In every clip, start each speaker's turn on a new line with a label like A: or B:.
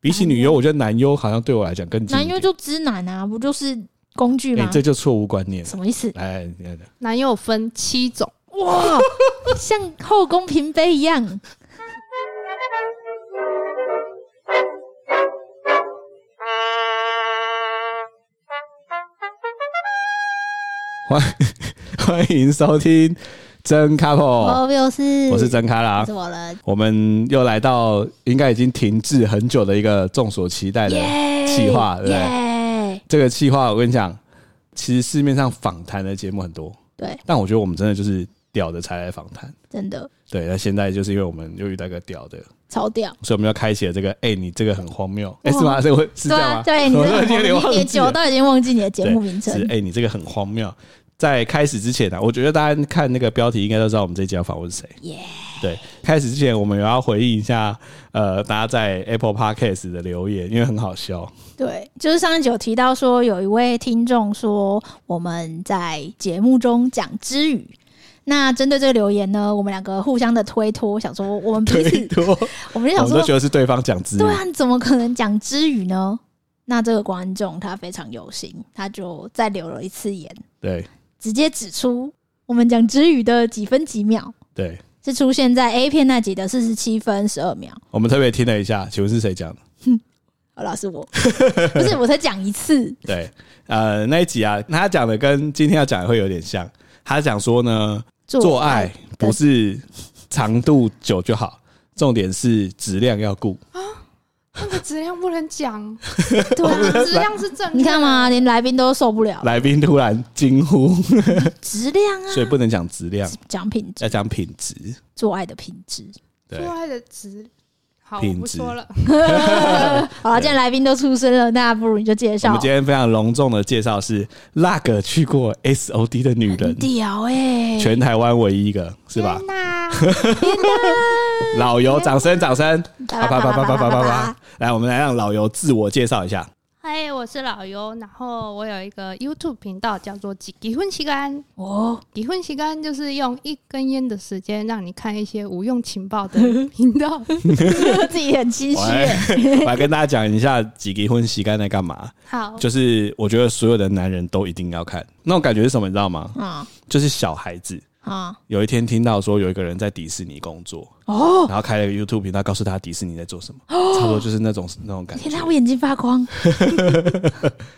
A: 比起女优，我觉得男优好像对我来讲更近一
B: 嗯男
A: 点
B: 优就知男啊，不就是工具
A: 哎、
B: 吗？
A: 这就错误观念了。哎
B: 什么意思？
A: 来，来来来
C: 男友分七种，
B: 哇，像后宫嫔妃一样。
A: 欢迎收听真 couple，、
B: 哦，又是
A: 我是真咖啦
B: 我是。我了，
A: 我们又来到应该已经停滞很久的一个众所期待的
B: 耶！
A: 企划对不对
B: 耶！
A: 这个计划。我跟你讲，其实市面上访谈的节目很多，
B: 对，
A: 但我觉得我们真的就是屌的才来访谈。
B: 真的
A: 对，那现在就是因为我们又遇到一个屌的，
B: 超屌。
A: 所以我们要开启了这个，哎、你这个很荒谬，哎、
B: 哇
A: 是吗？这个是这
B: 对
A: 样吗
B: 啊，？对，你
A: 我
B: 这
A: 都已经有点
B: 你
A: 忘
B: 你
A: 记
B: 久
A: 了。
B: 到已经忘记你的节目名称
A: 是，哎、你这个很荒谬。在开始之前啊呢、我觉得大家看那个标题应该都知道我们这一集要访问谁。
B: 耶
A: 对，开始之前我们也要回应一下，呃，大家在 Apple Podcast 的留言，因为很好笑。
B: 对，就是上一集有提到说，有一位听众说我们在节目中讲之语。那针对这个留言呢，我们两个互相的推脱，想说我们彼
A: 对
B: 此，
A: 多，
B: 我们
A: 我
B: 就哎想
A: 们
B: 说
A: 都，觉得是对方讲之
B: 对
A: 语，
B: 啊，你怎么可能讲之语呢？那这个观众他非常有心，他就再留了一次言，
A: 对
B: 直接指出我们讲之语的几分几秒
A: 对。
B: 是出现在 A 片那集的四十七分十二秒。
A: 我们特别听了一下，请问是谁讲的？
B: 哦，老 师我不是我才讲一次，
A: 对，呃，那一集啊，他讲的跟今天要讲的会有点像。他讲说呢，做爱不是长度久就好，重点是质量要顾。
C: 那个 质量不能 讲，
B: 对啊，
C: 质量是正。
B: 你 看嘛，，连来宾都受不了，
A: 来宾突然惊呼，
B: 质量啊，
A: 所以不能讲质量，
B: 讲品质，
A: 要讲品质。
B: 做爱的品质。
A: 对
C: 做爱的啊质，好，我
A: 品
C: 不
A: 质
C: 说了。
B: 好了，既然来宾都出声了，那不如你就介
A: 我
B: 绍
A: 们。今天非常隆重的介绍是那个去过 S O D 的女
B: 很
A: 人，
B: 屌哎、
A: 全台湾唯一一个，是吧？
C: 天 哪！
A: 老油，掌声，掌声！
B: 叭叭叭叭
A: 啊
B: 叭叭叭叭，
A: 来，我们来让老油自我介绍一下。
C: 嗨，我是老优，然后我有一个 YouTube 频道叫做“几离婚期间”，
B: 哦，
C: 离婚期间就是用一根烟的时间让你看一些无用情报的频道。
B: 自己很心虚
A: 我
B: 欸、
A: 来， 我来跟大家讲一下几离婚洗干在干嘛。
C: 好，
A: 就是我觉得所有的男人都一定要看，那种感觉是什么？你知道吗？
B: 啊
A: 就是小孩子
B: 啊
A: 有一天听到说有一个人在迪士尼工作，
B: 哦！
A: 然后开了一个 YouTube 频道，告诉他迪士尼在做什么，差不多就是那种那种感觉
B: 天。哪，我眼睛发 光！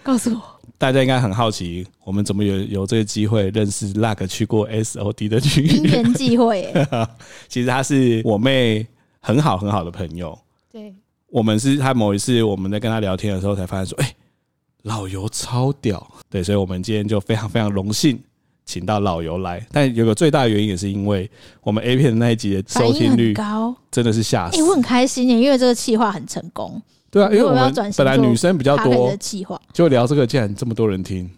B: 告诉我，
A: 大家应该很好奇，我们怎么有有这个机会认识那个去过 SOD 的女
B: 因
A: 人？
B: 缘际会欸、
A: 其实她是我妹很好很好的朋友。
C: 对，
A: 我们是她某一次我们在跟她聊天的时候，才发现说，哎、老油超屌。对，所以我们今天就非常非常荣幸。请到老油来，但有个最大的原因也是因为我们 A 片的那一集的
B: 反
A: 收
B: 应
A: 听
B: 很
A: 率
B: 高。
A: 真的是吓
B: 哎、
A: 死，
B: 我很开心耶、因为这个企划很成功，
A: 对啊，因为
B: 如
A: 我
B: 果要
A: 们
B: 转型
A: 本来
B: 做
A: 女生比较
B: Podcast
A: 多
B: 的，企划。
A: 就聊这个竟然这么多人听，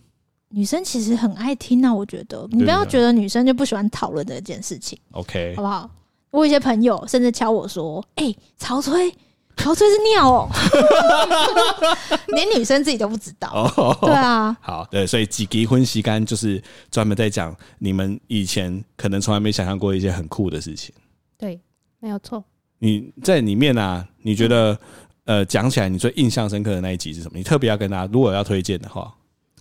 B: 女生其实很爱听啊，我觉得你不要觉得女生就不喜欢讨论这件事情，
A: OK，
B: 好不好？我有一些朋友甚至敲我说：“哎、曹崔，曹崔是尿哦、 连女生自己都不知道。
A: 哦，
B: 对啊，
A: 好，对，所以几离婚吸干就是专门在讲你们以前可能从来没想象过一些很酷的事情。
C: 对，没有错。
A: 你在里面啊，你觉得呃讲起来你最印象深刻的那一集是什么？你特别要跟大家，如果要推荐的话，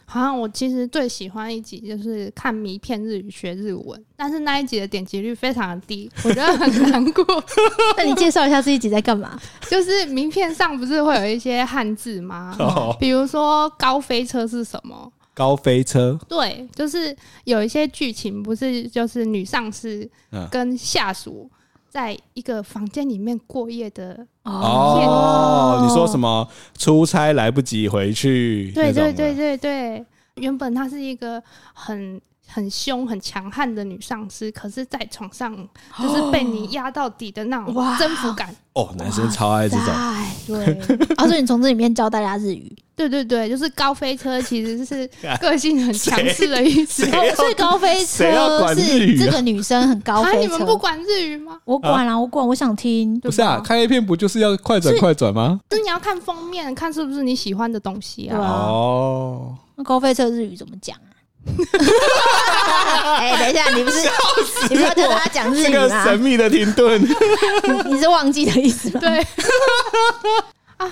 C: 好像我其实最喜欢一集就是看迷片日语学日文，但是那一集的点击率非常的低，我觉得很难过。
B: 那你介绍一下自己在干嘛？
C: 就是名片上不是会有一些汉字吗？
A: 哦
C: 比如说高飞车是什么？
A: 高飞车，
C: 对，就是有一些剧情不是就是女上司
A: 嗯
C: 跟下属在一个房间里面过夜的，
B: 哦
A: 哦，你说什？么出差来不及回去？
C: 对对
A: 那种
C: 对
A: 吗，
C: 对对。原本她是一个很很凶、很强悍的女上司，可是，在床上就是被你压到底的那种
B: 哇
C: 征服感。
A: 哦，男生超爱这种。
B: 种。
C: 对，
B: 啊，所以你从这里面教大家日语，
C: 对对对，就是高飞车其 实是个性很强势的意思。
A: 谁 要
B: 所以高飞车
A: 谁要管日
B: 是
A: 语啊
B: 这个女生很高
C: 啊，
B: 飞
C: 你
B: 车
C: 们。不管日语吗？
B: 我管啊，我管，我想听。
A: 不是啊，
C: 对吧
A: 看 A 片不就是要快转
B: 所以
A: 快转吗？
C: 就是你要看封面，看是不是你喜欢的东西
B: 对
C: 啊。
B: 啊
A: 哦，
B: 那高飞车日语怎么讲啊？ 哎、等一下，你不是你不是要教大家讲日
A: 这
B: 语啊
A: 个
B: 吗
A: 神？秘的停顿。
B: 你你是忘记的意思吗？
C: 对啊，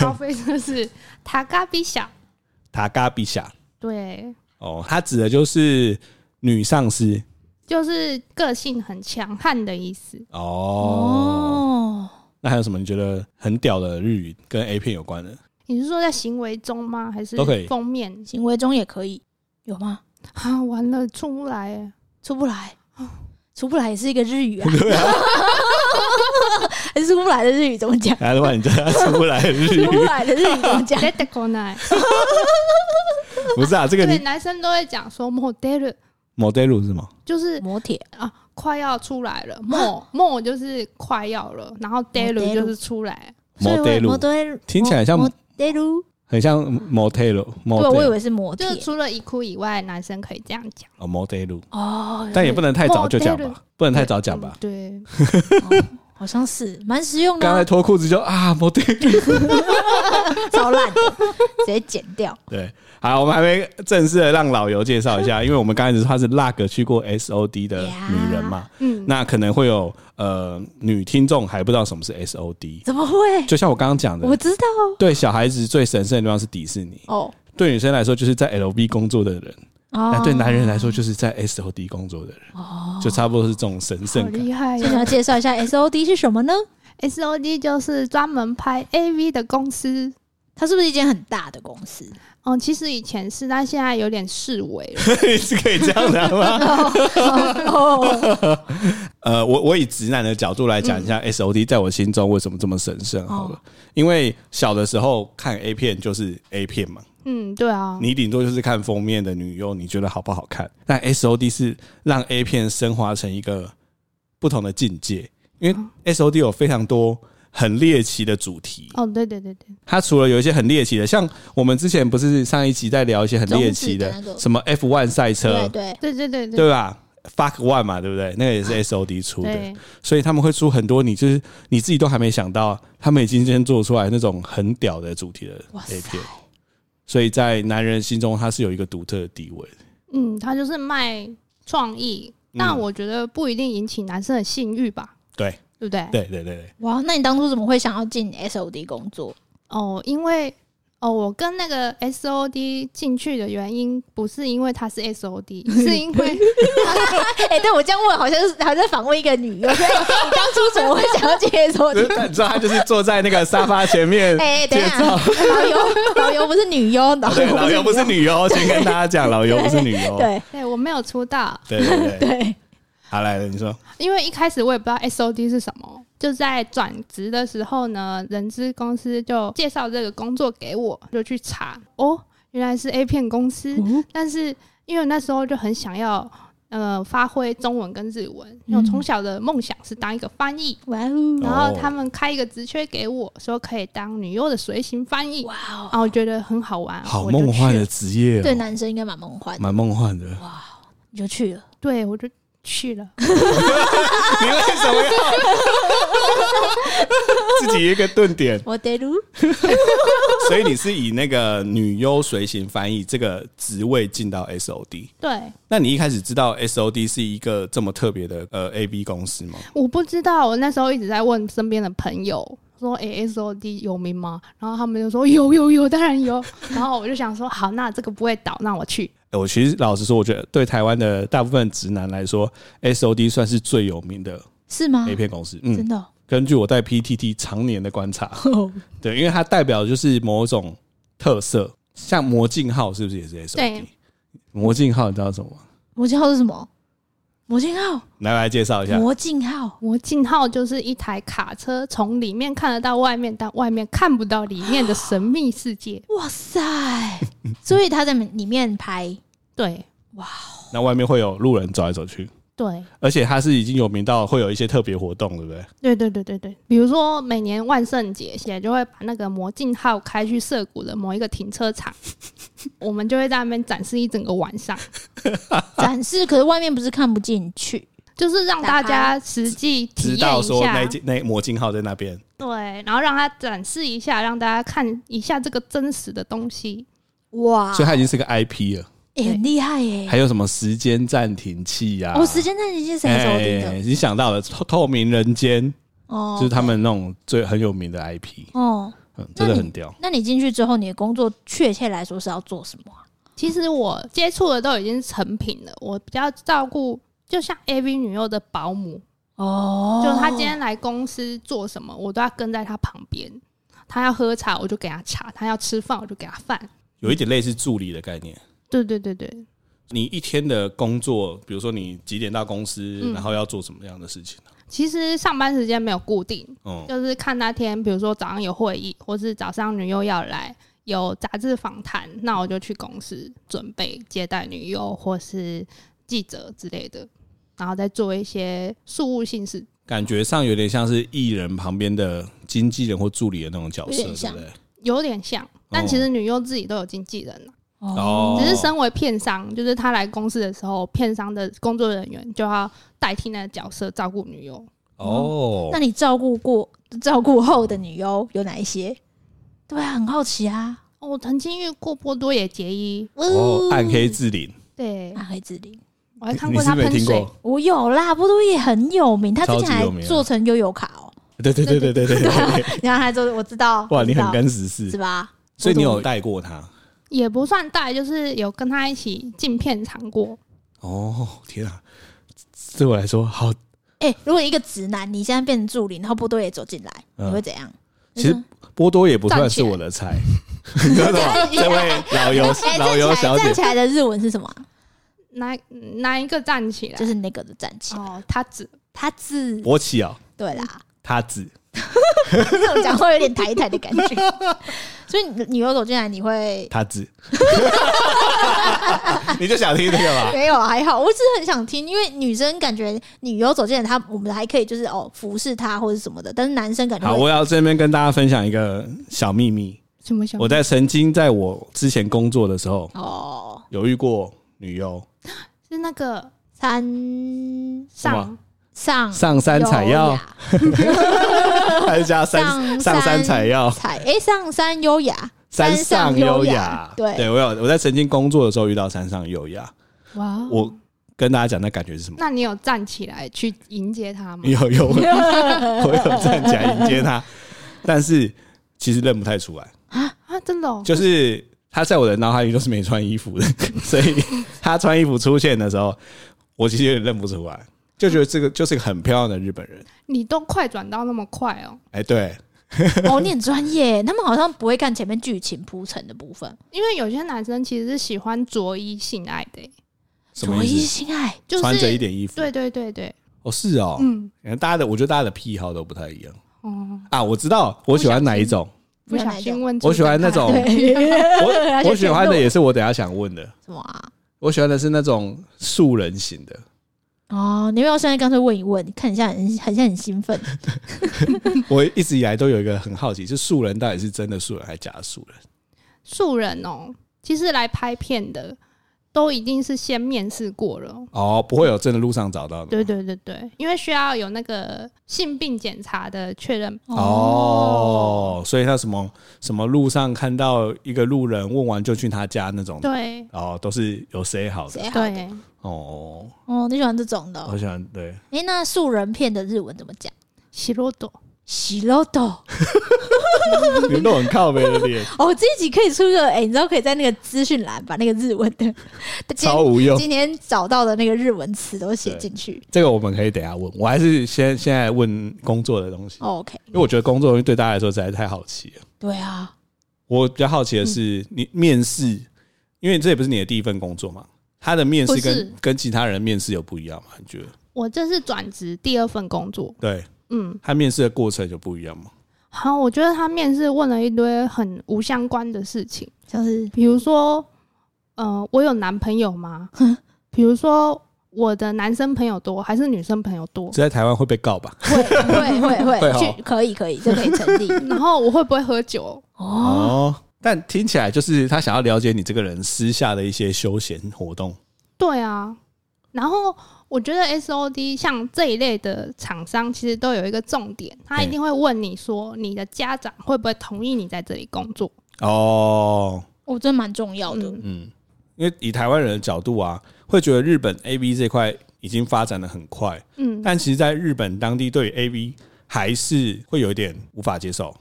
C: 高飞车是塔嘎比小，
A: 塔嘎比下
C: 对，
A: 哦，他指的就是女上司
C: 就是个性很强悍的意思。
A: 哦。
B: 哦，
A: 那还有什么你觉得很屌的日语跟 A 片有关的？
C: 你是说在行为中吗？还是
A: 都可以
C: 封面？
B: 行为中也可以有吗？
C: 啊，完了，出不来耶。？
B: 出不来，
A: 哦
B: 出不来也是一个 日语啊， 还是出不来的日语怎么讲？
A: 来的话，你真的哎 出不来的日
B: 出
A: 语
B: 不来的日语怎么讲
C: Let go n
A: 不是啊？这个
C: 对，
A: 你
C: 男生都会讲说 model，
A: model 是吗？
C: 就是
B: 磨铁
C: 啊，快要出来了。mo mo 就是快要了，然后 d e l
B: model
C: 就是出来。
A: model
B: 铁
A: 听起来像
B: 摩铁路，
A: 很像 motel
B: 对，啊我以
A: motel
B: 为是磨
C: 就
B: 铁
C: 是除了一哭以外，男生可以这样讲，
A: 哦 motel，
B: 哦，
A: 但也不能太早就讲
C: model
A: 吧，不能太早讲吧
C: 嗯。对，
B: 能，好像是蛮实用的
A: 刚
B: 啊
A: 才，脱裤子就啊 motel，
B: 超烂的，直接剪掉。
A: 对，好，我们还没正式的让老游介绍一下， 因为我们刚开始说她是那个去过 SOD 的女人嘛，
C: 嗯，
A: 那可能会有呃女听众还不知道什么是 SOD，
B: 怎么会？
A: 就像我刚刚讲
B: 我
A: 的，
B: 知道
A: 对小孩子最神圣的地方是迪士尼，
B: 哦
A: 对女生来说就是在 LV 工作的人，
B: 哦
A: 那哎对男人来说就是在 SOD 工作的人，
B: 哦，
A: 就差不多是这种神
C: 好
A: 圣感。
C: 厉害啊
B: 所以你
C: 呀
B: 要介绍一下 SOD 是什么呢？
C: ！S O D 就是专门拍 A V 的公司。
B: 它是不是一间很大的公 司？
C: 哦，其实以前是，但现在有点视为 了。
A: 是可以这样的吗？
B: 哦
A: 呃，我我以直男的角度来讲一
B: 嗯
A: 下 SOD 在我心中为什么这么神圣好
B: 哦
A: 了，因为小的时候看 A 片就是 A 片嘛，
C: 嗯，对啊，
A: 你顶多就是看封面的女优，你觉得好不好看？但 SOD 是让 A 片升华成一个不同的境界，因
B: 哦
A: 为 SOD 有非常多很猎奇的主题，
C: 哦，对对对对，
A: 它除了有一些很猎奇的，像我们之前不是上一集在聊一些很猎奇
B: 中指的那个
A: 什么 F1 赛
B: 对
A: 车，
B: 对，
C: 对对对对
A: 对吧？Fuck One 嘛，对不对？那个也
B: 啊
A: 是 SOD 出的。
C: 对，
A: 所以他们会出很多你就是你自己都还没想到，他们已经先做出来那种很屌的主题的
B: 哇塞
A: A 片，所以在男人心中它是有一个独特的地位的。
C: 嗯，他就是卖创意，但
A: 嗯
C: 我觉得不一定引起男生的性欲吧，
A: 对
C: 对不对？
A: 对对对对，
B: 哇，那你当初怎么会想要进 SOD 工作？
C: 哦，因为哦，我跟那个 S O D 进去的原因不是因为他是 S O D，是因为
B: 哎，对我这样问，好像是好像在访问一个女优，所以你当初怎么会想要进 SOD？，
A: 但你知道他就是坐在那个沙发前面
B: 哎，等一
A: 介
B: 下，
A: 绍
B: 老游 老游不是女优，老
A: 对，老
B: 游
A: 尤不是女优，先跟大家讲，老尤不是女优，
B: 对
C: 对我没有出道，
A: 对对对，
B: 对，
A: 好来了，你说
C: 因为一开始我也不知道 S O D 是什么。就在转职的时候呢，人资公司就介绍这个工作给我，就去查哦，原来是 A 片公司。
A: 哦
C: 但是因为那时候就很想要呃发挥中文跟日文，
A: 嗯
C: 因为我从小的梦想是当一个翻译，
B: 哇哦，
C: 然后他们开一个职缺给我，说可以当女优的随行翻译，
B: 哇哦，
C: 啊，我觉得很好玩，
A: 好
C: 我就
A: 梦幻的
C: 去，
A: 职业哦，
B: 对男生应该蛮梦幻的，
A: 蛮梦幻的。
B: 你就去了。
C: 对我就去了，
A: 你为什么要 自己一个顿点？
B: 我得如
A: 所以你是以那个女优随行翻译这个职位进到 SOD。
C: 对，
A: 那你一开始知道 SOD 是一个这么特别的呃 AB 公司吗？
C: 我不知道，我那时候一直在问身边的朋友。说诶 s o d 有名吗？然后他们就说有有有，当然有。然后我就想说，好，那这个不会倒，那我去。
A: 呃我其实老实说，我觉得对台湾的大部分直男来说，SOD 算是最有名的
B: 是吗
A: A？片公司。嗯
B: 啊真，的哦
A: 根据我在 PTT 常年的观 察，对，因为它代表的就是某种特色，像魔镜号是不是也是 SOD？
C: 对
A: 魔镜号你知道什么吗？
B: 魔镜号是什么？魔镜号，
A: 来来介绍一下。
B: 魔镜号，
C: 魔镜号就是一台卡车，从里面看得到外面，但外面看不到里面的神秘世界。
B: 哇塞！所以他在里面拍，
C: 对
A: 那外面会有路人走来走去，
C: 对
A: 而且它是已经有名到会有一些特别活动，对不对？
C: 对对对对对，比如说每年万圣节，也就会把那个魔镜号开去涩谷的某一个停车场，我们就会在那边展示一整个晚上，
B: 展示，可是外面不是看不进去，
C: 就是让大家实际体
A: 知
C: 验
A: 道
C: 一
A: 说
C: 下
A: 那，间那魔镜号在那边，
C: 对，然后让它展示一下，让大家看一下这个真实的东西。
B: 哇
A: 所以它已经是个 IP 了。
B: 欸很厉害耶！
A: 还有什么时哎间暂停器呀、啊
B: 哦
A: 哎
B: 我时间暂停是谁收听的？
A: 哎你想到了透透明人间，
B: 哦，
A: 就是他们那种最很有名的 IP，
B: 哦。
A: 嗯，真的很屌。
B: 那你进去之后，你的工作确切来说是要做什么啊？
C: 其实我接触的都已经成品了，我比较照顾，就像 AV 女优的保姆，
B: 哦
C: 就是她今天来公司做什么，我都要跟在她旁边。她要喝茶，我就给她茶；她要吃饭，我就给她饭。
A: 有一点类似助理的概念。
C: 对对对对，
A: 你一天的工作，比如说你几点到公司，
C: 嗯
A: 然后要做什么样的事情？啊
C: 其实上班时间没有固定，
A: 嗯，
C: 就是看那天，比如说早上有会议，或是早上女优要来，有杂志访谈，那我就去公司准备接待女优或是记者之类的，然后再做一些事务性事。
A: 感觉上有点像是艺人旁边的经纪人或助理的那种角色，
B: 有
A: 对
B: 点像
A: 不对？
C: 有点像，但其实女优自己都有经纪人了、
A: 哦
C: 只是身为片商，就是她来公司的时候，片商的工作人员就要代替那个角色照顾女优。
A: 哦
B: 那，你照顾过、照顾后的女优有哪一些？对啊，很好奇啊。
C: 我哦曾经遇过波多野结衣，
A: 哦，暗黑志玲，
C: 对
B: 暗黑之灵，
C: 我还看
A: 你
C: 过
A: 是
C: 她
A: 不是没
C: 喷
A: 听
C: 水
A: 过，？
B: 我有啦，波多也很有名，他之前
A: 超级有名
B: 还
A: 啊
B: 做成悠游卡 哦、
A: 对对对对对对对，
B: 然后还做，我知道，
A: 哇，
B: 我知
A: 你
B: 道
A: 很跟时事
B: 是，吧？
A: 所以你有带过他？
C: 也不算带，就是有跟她一起进片场过。
A: 哦，天啊，对我来说好。
B: 哎、如果一个直男你现在变成助理，然后波多也走进来，
A: 嗯
B: 你会怎样？
A: 其实波多也不算是我的菜， 你知道吗？这位老油
B: 哎、
A: 老油
B: 站起
A: 小
B: 来
A: 姐
B: 站，起来的日文是什么啊？
C: 哪哪一个站起来？
B: 就是那个的站起来，
C: 哦，她只
B: 他字
A: 勃起哦，
B: 对啦，
A: 他子
B: 这种讲话有点抬一抬的感觉。 所以你女优走进来，你会
A: 他子， 你就想听这个 吧？
B: 没有啊还好，我只是很想听，因为女生感觉女优走进来，她我们还可以就是哦服侍她或者什么的，但是男生感觉
A: 好，
B: 会
A: 我要这边跟大家分享一个小秘密。
C: 什么小
A: 我在曾经在我之前工作的时候，
B: 哦
A: 有遇过女优
C: 是那个
B: 三
A: 什
C: 上
A: 么
B: 上
A: 上山啊采
B: 优
A: 药，
B: 雅
A: 还是加
B: 上
A: 山上山
B: 山
A: 采药，
B: 采哎、上山优 雅
A: 山
B: 上
A: 上
B: 优
A: 优
B: 雅
A: 雅。
B: 对
A: 对我有我在曾经工作的时候遇到山上优雅，
C: 哇哦，
A: 我跟大家讲那感觉是什么？
C: 那你有站起来去迎接她吗？
A: 有有，我有站起来迎接他，但是其实认不太出来，
C: 啊，真的、哦，
A: 就是他在我的脑海里都是没穿衣服的， 所以他穿衣服出现的时候，我其实有点认不出来，就觉得这个就是个很漂亮的日本人。
C: 你都快转到那么快哦，
A: 哎，对，
B: 哦，你很专业，他们好像不会看前面剧情铺陈的部分，
C: 因为有些男生其实是喜欢着衣性爱的、
A: 什么
B: 一
A: 意思？
B: 心爱
C: 就是
A: 穿着一点衣服？
C: 对对对对，
A: 哦，是哦，
C: 嗯，
A: 可能大家的我觉得大家的癖好都不太一样
C: 哦，
A: 啊。我知道我喜欢哪一种，
C: 不小心问出
A: 我喜欢那种
C: 答案
B: 对
A: 我我喜欢的也是我等一下想问的，
B: 什么啊？
A: 我喜欢的是那种素人型的。
B: 哦，你要不要现在干脆问一问，看一下很很像很兴奋，
A: 我一直以来都有一个很好奇，是素人到底是真的素人还是假的素人？
C: 素人哦，其实来拍片的都一定是先面试过了哦。
A: 哦，不会有真的路上找到的。
C: 对对对对，因为需要有那个性病检查的确认。
A: 哦，所以他什么什么路上看到一个路人，问完就去他家那种，
C: 对
A: 哦，都是有 say 好的
B: 谁好？
C: 对，
A: 哦。
B: 哦，你喜欢这种的、
A: 我
B: 哦？
A: 喜欢对，
B: 哎、那素人片的日文怎么讲？
C: 喜洛朵
B: 喜肉豆
A: 你们都很靠背的 脸，
B: 哦，这一集可以出个哎、诶你知道可以在那个资讯栏把那个日 文的今
A: 超无用。
B: 今天找到的那个日文词都写进去。
A: 这个我们可以等一下问，我还是先现在问工作的东西，
B: 哦 OK，
A: 因为我觉得工作的东西对大家来说实在是太好奇了。
B: 对啊，
A: 我比较好奇
C: 嗯
A: 的是，你面试，因为这也不是你的第一份工作嘛，他的面试
C: 不是
A: 跟跟其他人的面试有不一样嘛？你觉得？
C: 我这是转职第二份工作，
A: 对
C: 嗯，
A: 他面试的过程有不一样吗？
C: 好，我觉得他面试问了一堆很无相关的事情，
B: 像 是
C: 比如说，呃，我有男朋友吗？比如说我的男生朋友多还是女生朋友多？
A: 这在台湾会被告吧？
B: 会 会会
A: 会
B: 会
A: 哦
B: 去可以可以，这可以成 立
C: 然后我会不会喝酒？
B: 哦。
A: 哦，但听起来就是他想要了解你这个人私下的一些休闲活动。
C: 对啊，然后我觉得 S O D 像这一类的厂商，其实都有一个重点，他一定会问你说，你的家长会不会同意你在这里工作？
A: 哦，
B: 我真蛮重要的，
C: 嗯，
A: 嗯，因为以台湾人的角度啊，会觉得日本 A V 这块已经发展的很快，
C: 嗯，
A: 但其实在日本当地对于 A V 还是会有一点无法接受。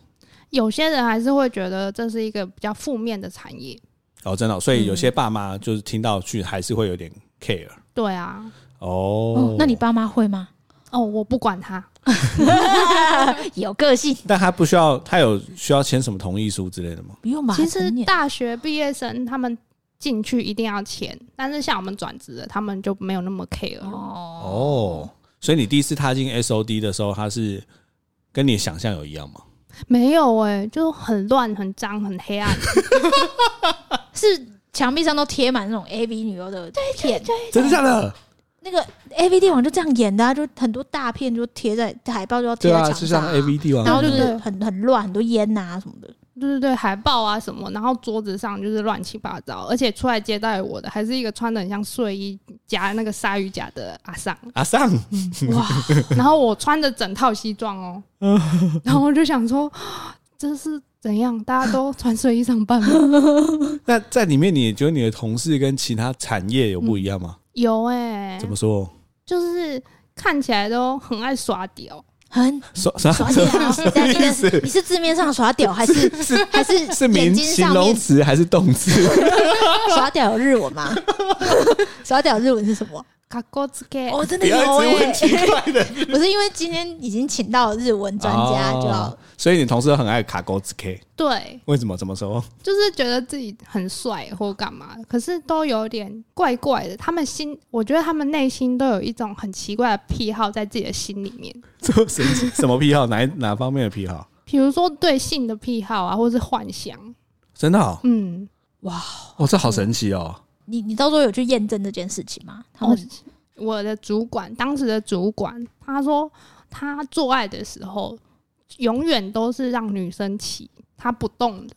C: 有些人还是会觉得这是一个比较负面的产业。
A: 哦，真的哦、所以有
B: 嗯
A: 些爸妈就是听到去还是会有点 care
C: 对啊，
A: 哦
B: 哦。那你爸妈会吗？
C: 哦，我不管他，
B: 有个性，
A: 但他不需要，他有需要签什么同意书之类的吗？
B: 不用吧？
C: 其
B: 成
C: 实
B: 年
C: 大学毕业生他们进去一定要签，但是像我们转职的，他们就没有那么 care 了。
B: 哦，
A: 哦，所以你第一次踏进 SOD 的时候，他是跟你想象有一样吗？
C: 没有哎、就很乱、很脏、很黑暗。
B: 是墙壁上都贴满那种 AV 女优哎的片，
A: 真的假的？
B: 那个 AV 帝王就这样演的、啊，就很多大片就贴在海报就要贴
A: 对
B: 在
A: 啊，
B: 墙
A: 就
B: 上、
A: 像 AV 帝王
B: 然后就
A: 一样
B: 是很很乱，很多烟呐、什么的。
C: 对对对，海报啊什么，然后桌子上就是乱七八糟，而且出来接待我的还是一个穿的很像睡衣夹那个鲨鱼夹的阿尚，
A: 阿尚，
B: 哇，
C: 然后我穿着整套西装哦，
A: 嗯
C: 然后我就想说这是怎样，大家都穿睡衣上班吗？
A: 那在里面你觉得你的同事跟其他产业有不一样
B: 嗯
A: 吗？
C: 有哎、
A: 怎么说？
C: 就是看起来都很爱耍屌，
B: 很
A: 耍 耍
B: 耍屌啊！
A: 什么
B: 你
A: 意
B: 的
A: 思？
B: 你是字面上耍屌，还是还是
A: 是
B: 眼
A: 名
B: 睛
A: 形
B: 上
A: 容
B: 面
A: 词还是动词？
B: 耍屌有日文 吗？耍屌日文是什么？
C: 卡哥斯给
B: 哦，真
A: 不
B: 的
A: 要一
B: 有
A: 直
B: 哎、
A: 问奇怪的
B: 不是因为今天已经请到日文专家，就要
A: 哦所以你同事都很爱卡勾子 K，
C: 对，
A: 为什么？怎么说？
C: 就是觉得自己很帅或干嘛，可是都有点怪怪的。他们心，我觉得他们内心都有一种很奇怪的癖好在自己的心里面，
A: 这什么 什么癖好？哪一哪方面的癖好？
C: 比如说对性的癖好啊，或是幻想。
A: 真的哦，
C: 嗯，
B: 哇！
A: 哦，这好神奇哦！
B: 你你到时候有去验证这件事情吗？他
C: 我
B: 们
C: 我的主管，当时的主管，他说他做爱的时候，永远都是让女生骑，他不动的。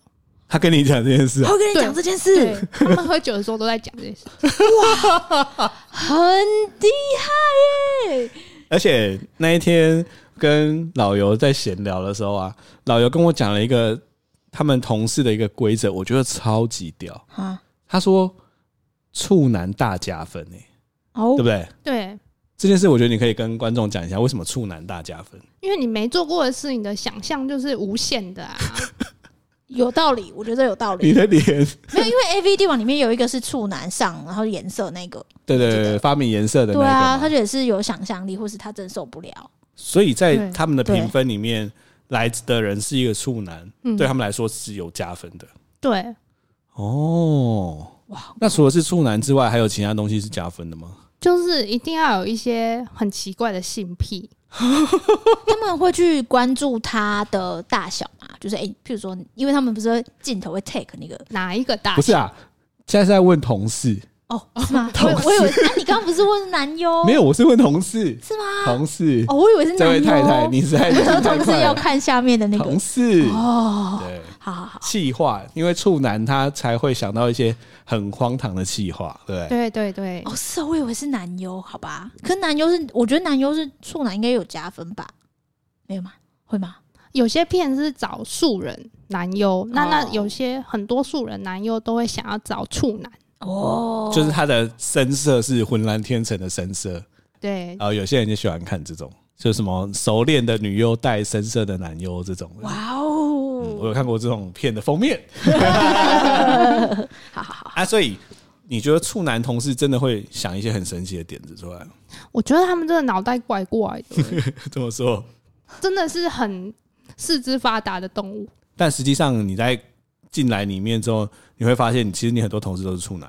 A: 他跟你讲这件事
B: 他
A: 啊，
B: 会跟你
C: 对
B: 讲这件
C: 对
B: 事，，
C: 他们喝酒的时候都在讲这些事。
B: 很厉害耶、
A: 而且那一天跟老尤在闲聊的时候啊，老尤跟我讲了一个他们同事的一个规则，我觉得超级屌。
B: 啊！
A: 他说处男大加分诶、
B: 哦
A: 对不，对？
C: 对，
A: 这件事我觉得你可以跟观众讲一下，为什么处男大加分？
C: 因为你没做过的事，你的想象就是无限的啊。
B: 有道理，我觉得有道
A: 你
B: 理。
A: 的脸，
B: 没有，因为 A V 帝王里面有一个是处男上，然后颜色那个，
A: 对对 对，发明颜色的那
B: 对
A: 个
B: 啊，
A: 嘛，
B: 他也是有想象力，或是他真受不了。
A: 所以在
C: 对
A: 他们的
B: 对
A: 评分里面，来的人是一个处男，
C: 嗯，
A: 对他们来说是有加分的。
C: 对，
A: 哦，哇！那除了是处男之外，还有其他东西是加分的吗？
C: 就是一定要有一些很奇怪的性癖。
B: 他们会去关注他的大小嘛？就是诶，譬如说，因为他们不是镜头会 take 那个
C: 哪一个大？
A: 不是，啊，现在是在问同事，
B: 哦，是 吗？
A: 同
B: 我
A: 事
B: 我以为，那、你刚刚不是问男优？
A: 没有，我是问同事，
B: 是吗？
A: 同事，
B: 哦，我以为是男
A: 这
B: 优。哦
A: 位太太，你是在
B: 我说同事要
A: 太快了
B: 看下面的那个
A: 同事，
B: 哦，
A: 对，
B: 好好好，
A: 气话，因为处男他才会想到一些很荒唐的气话，对不对？
C: 对对对，
B: 哦是哦，我以为是男优，好吧？可是男优是，我觉得男优是处男应该有加分吧？没有吗？会吗？
C: 有些片是找素人男优，
A: 哦
C: 那那有些很多素人男优都会想要找处男。
B: 哦，
A: 就是他的声色是浑然天成的声色，
C: 对
A: 然后有些人就喜欢看这种，就什么熟练的女优带声色的男优这种的。
B: 哇
A: 嗯我
B: 哦，
A: 有看过这种片的封面
B: 好好好，
A: 啊，所以你觉得处男同事真的会想一些很神奇的点子出来吗？
C: 我觉得他们真的脑袋怪怪的，
A: 这么说，
C: 真的是很四肢发达的动物。
A: 但实际上你在进来里面之后，你会发现，你其实你很多同事都是处男，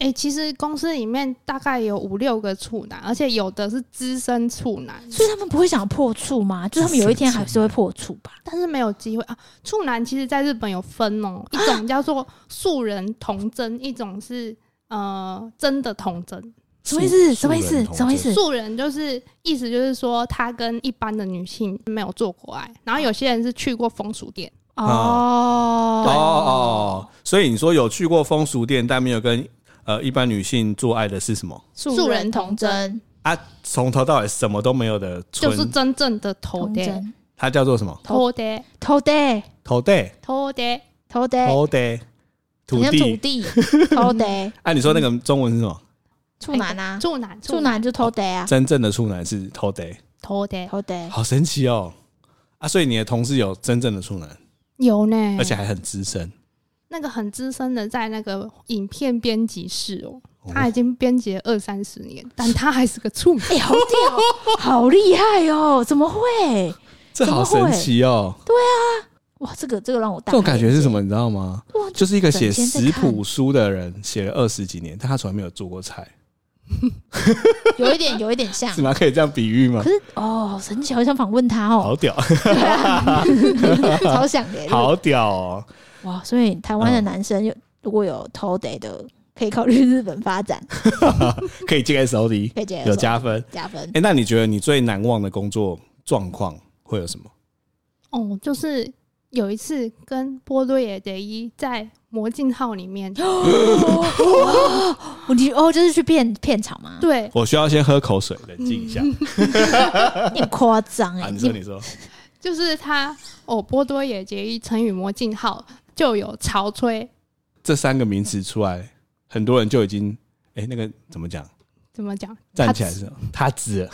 C: 哎、其实公司里面大概有五六个处男，而且有的是资深处男，
B: 所以他们不会想破处吗？就是他们有一天还是会破处吧？
C: 但是没有机会啊。处男其实在日本有分哦，一种叫做素人童真，一种是呃真的童真。
B: 什么意思？
A: 素
B: 什么意
A: 素人
B: 思？
A: 同
B: 什么意
A: 志
B: 思？
C: 素人就是意思就是说，他跟一般的女性没有做过爱，然后有些人是去过风俗店，
A: 哦
B: 哦
A: 哦，所以你说有去过风俗店，但没有跟呃一般女性做爱的是什么
B: 素
C: 素
B: 人
C: 人
B: 童
C: 童
B: 真
C: 真，
A: 啊？从头到尾什么都没有的
C: 就
A: 纯，
C: 是真正的头
B: 童
C: 爹、
B: 真，
A: 它叫做什么？
C: 头爹、
B: 头爹，
A: 头戴
C: 头爹，
B: 头爹，
A: 头戴哦土
B: 好像
A: 地。
B: 土地， 头爹，
A: 啊，你说那个中文是什么？
B: 处男啊，
C: 处男，
B: 处，男就头爹啊，
A: 真正的处男是头戴
C: 偷的，
B: 好的，
A: 好神奇哦！啊，所以你的同事有真正的处男，
C: 有呢，
B: 嗯
A: 而且还很资深，
C: 那个很资深的在那个影片编辑室哦，他已经编辑了二三十年，但他还是个处男。
B: 哎、好屌， 好厉害哦！怎么会？
A: 这好神奇哦！
B: 哇，这个这个让我大
A: 这
B: 开
A: 种
B: 眼界
A: 感觉是什么？？你知道吗？
B: 哇，
A: 就是一个写
B: 整
A: 食
B: 天在看
A: 谱书的人，写了二十几年，但他从来没有做过菜，
B: 有一点有一点像
A: 是，吗？可以这样比喻吗
B: 嗯可？是哦，神奇，好想访问他哦，
A: 好屌，
B: 超想的。
A: 好屌哦！
B: 哇，所以台湾的男生有、如果有偷 day 的，可以考虑日本发展，
A: 可以进 S O D，
B: 可以接受
A: 有加分。
B: 加分
A: 哎、。那你觉得你最难忘的工作状况会有什么？
C: 哦，就是有一次跟波多野结衣在魔镜号 里面，
B: 哦你哦，就是去片片场吗？
C: 对，
A: 我需要先喝口水，冷静一下。
B: 嗯你很夸张
A: 啊，
B: 哎！
A: 你说
B: 你
A: 你说，
C: 就是他哦，波多野结衣成语魔镜号就有潮吹，
A: 这三个名词出来，很多人就已经哎、那个怎么讲？
C: 怎么讲？
A: 站起来
C: 他
A: 是他知了，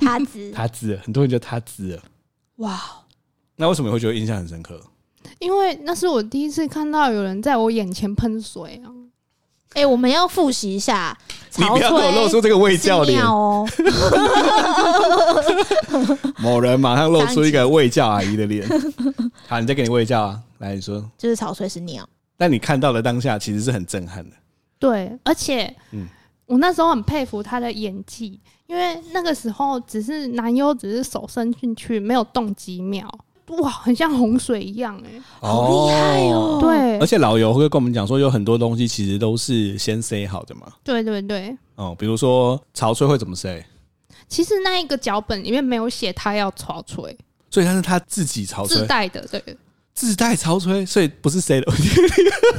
B: 他子
A: 他知了，很多人就他知了。
B: 哇，
A: 那为什么会觉得印象很深刻？
C: 因为那是我第一次看到有人在我眼前喷水啊！
B: 哎，我们要复习一下
A: 你
B: 曹
A: 不要给我露出
B: 吹
A: 这个未
B: 是
A: 教脸
B: 尿，哦，
A: 某人马上露出一个卫教阿姨的 脸。好，你再给你卫教啊，来你说。
B: 就是曹吹是尿，
A: 但你看到的当下其实是很震撼的，
C: 对，而且，
A: 嗯
C: 我那时候很佩服他的演技，因为那个时候只是男优，只是手伸进去，没有动几秒，哇，很像洪水一样哎、
B: 好厉害哦！
C: 对
A: 而，且老油会跟我们讲说，有很多东西其实都是先 say 好的嘛。
C: 对对对。
A: 哦，比如说潮吹会怎么 say，
C: 其实那一个脚本里面没有写他要潮吹，
A: 所以他是他自己潮
C: 自
A: 吹，
C: 带的，对，
A: 自带潮吹，所以不是 say 的。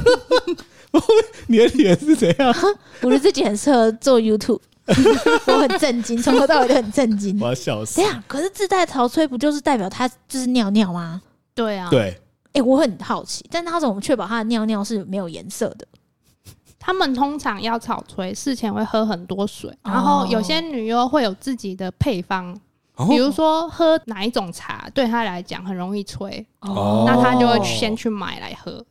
A: 你的脸是怎 样？
B: 我觉得自己很适合做 YouTube，我很震惊，从头到尾都很震惊。
A: 我要笑死
B: 等一。下，可是自带潮吹不就是代表他就是尿尿吗？
C: 对啊，
A: 对，
B: 哎、我很好奇，但他怎么确保他的尿尿是没有颜色的？
C: 他们通常要草吹，事前会喝很多水，然后有些女优会有自己的配方，
A: 哦
C: 比如说喝哪一种茶对她来讲很容易吹，
A: 哦
C: 那她就会先去买来喝。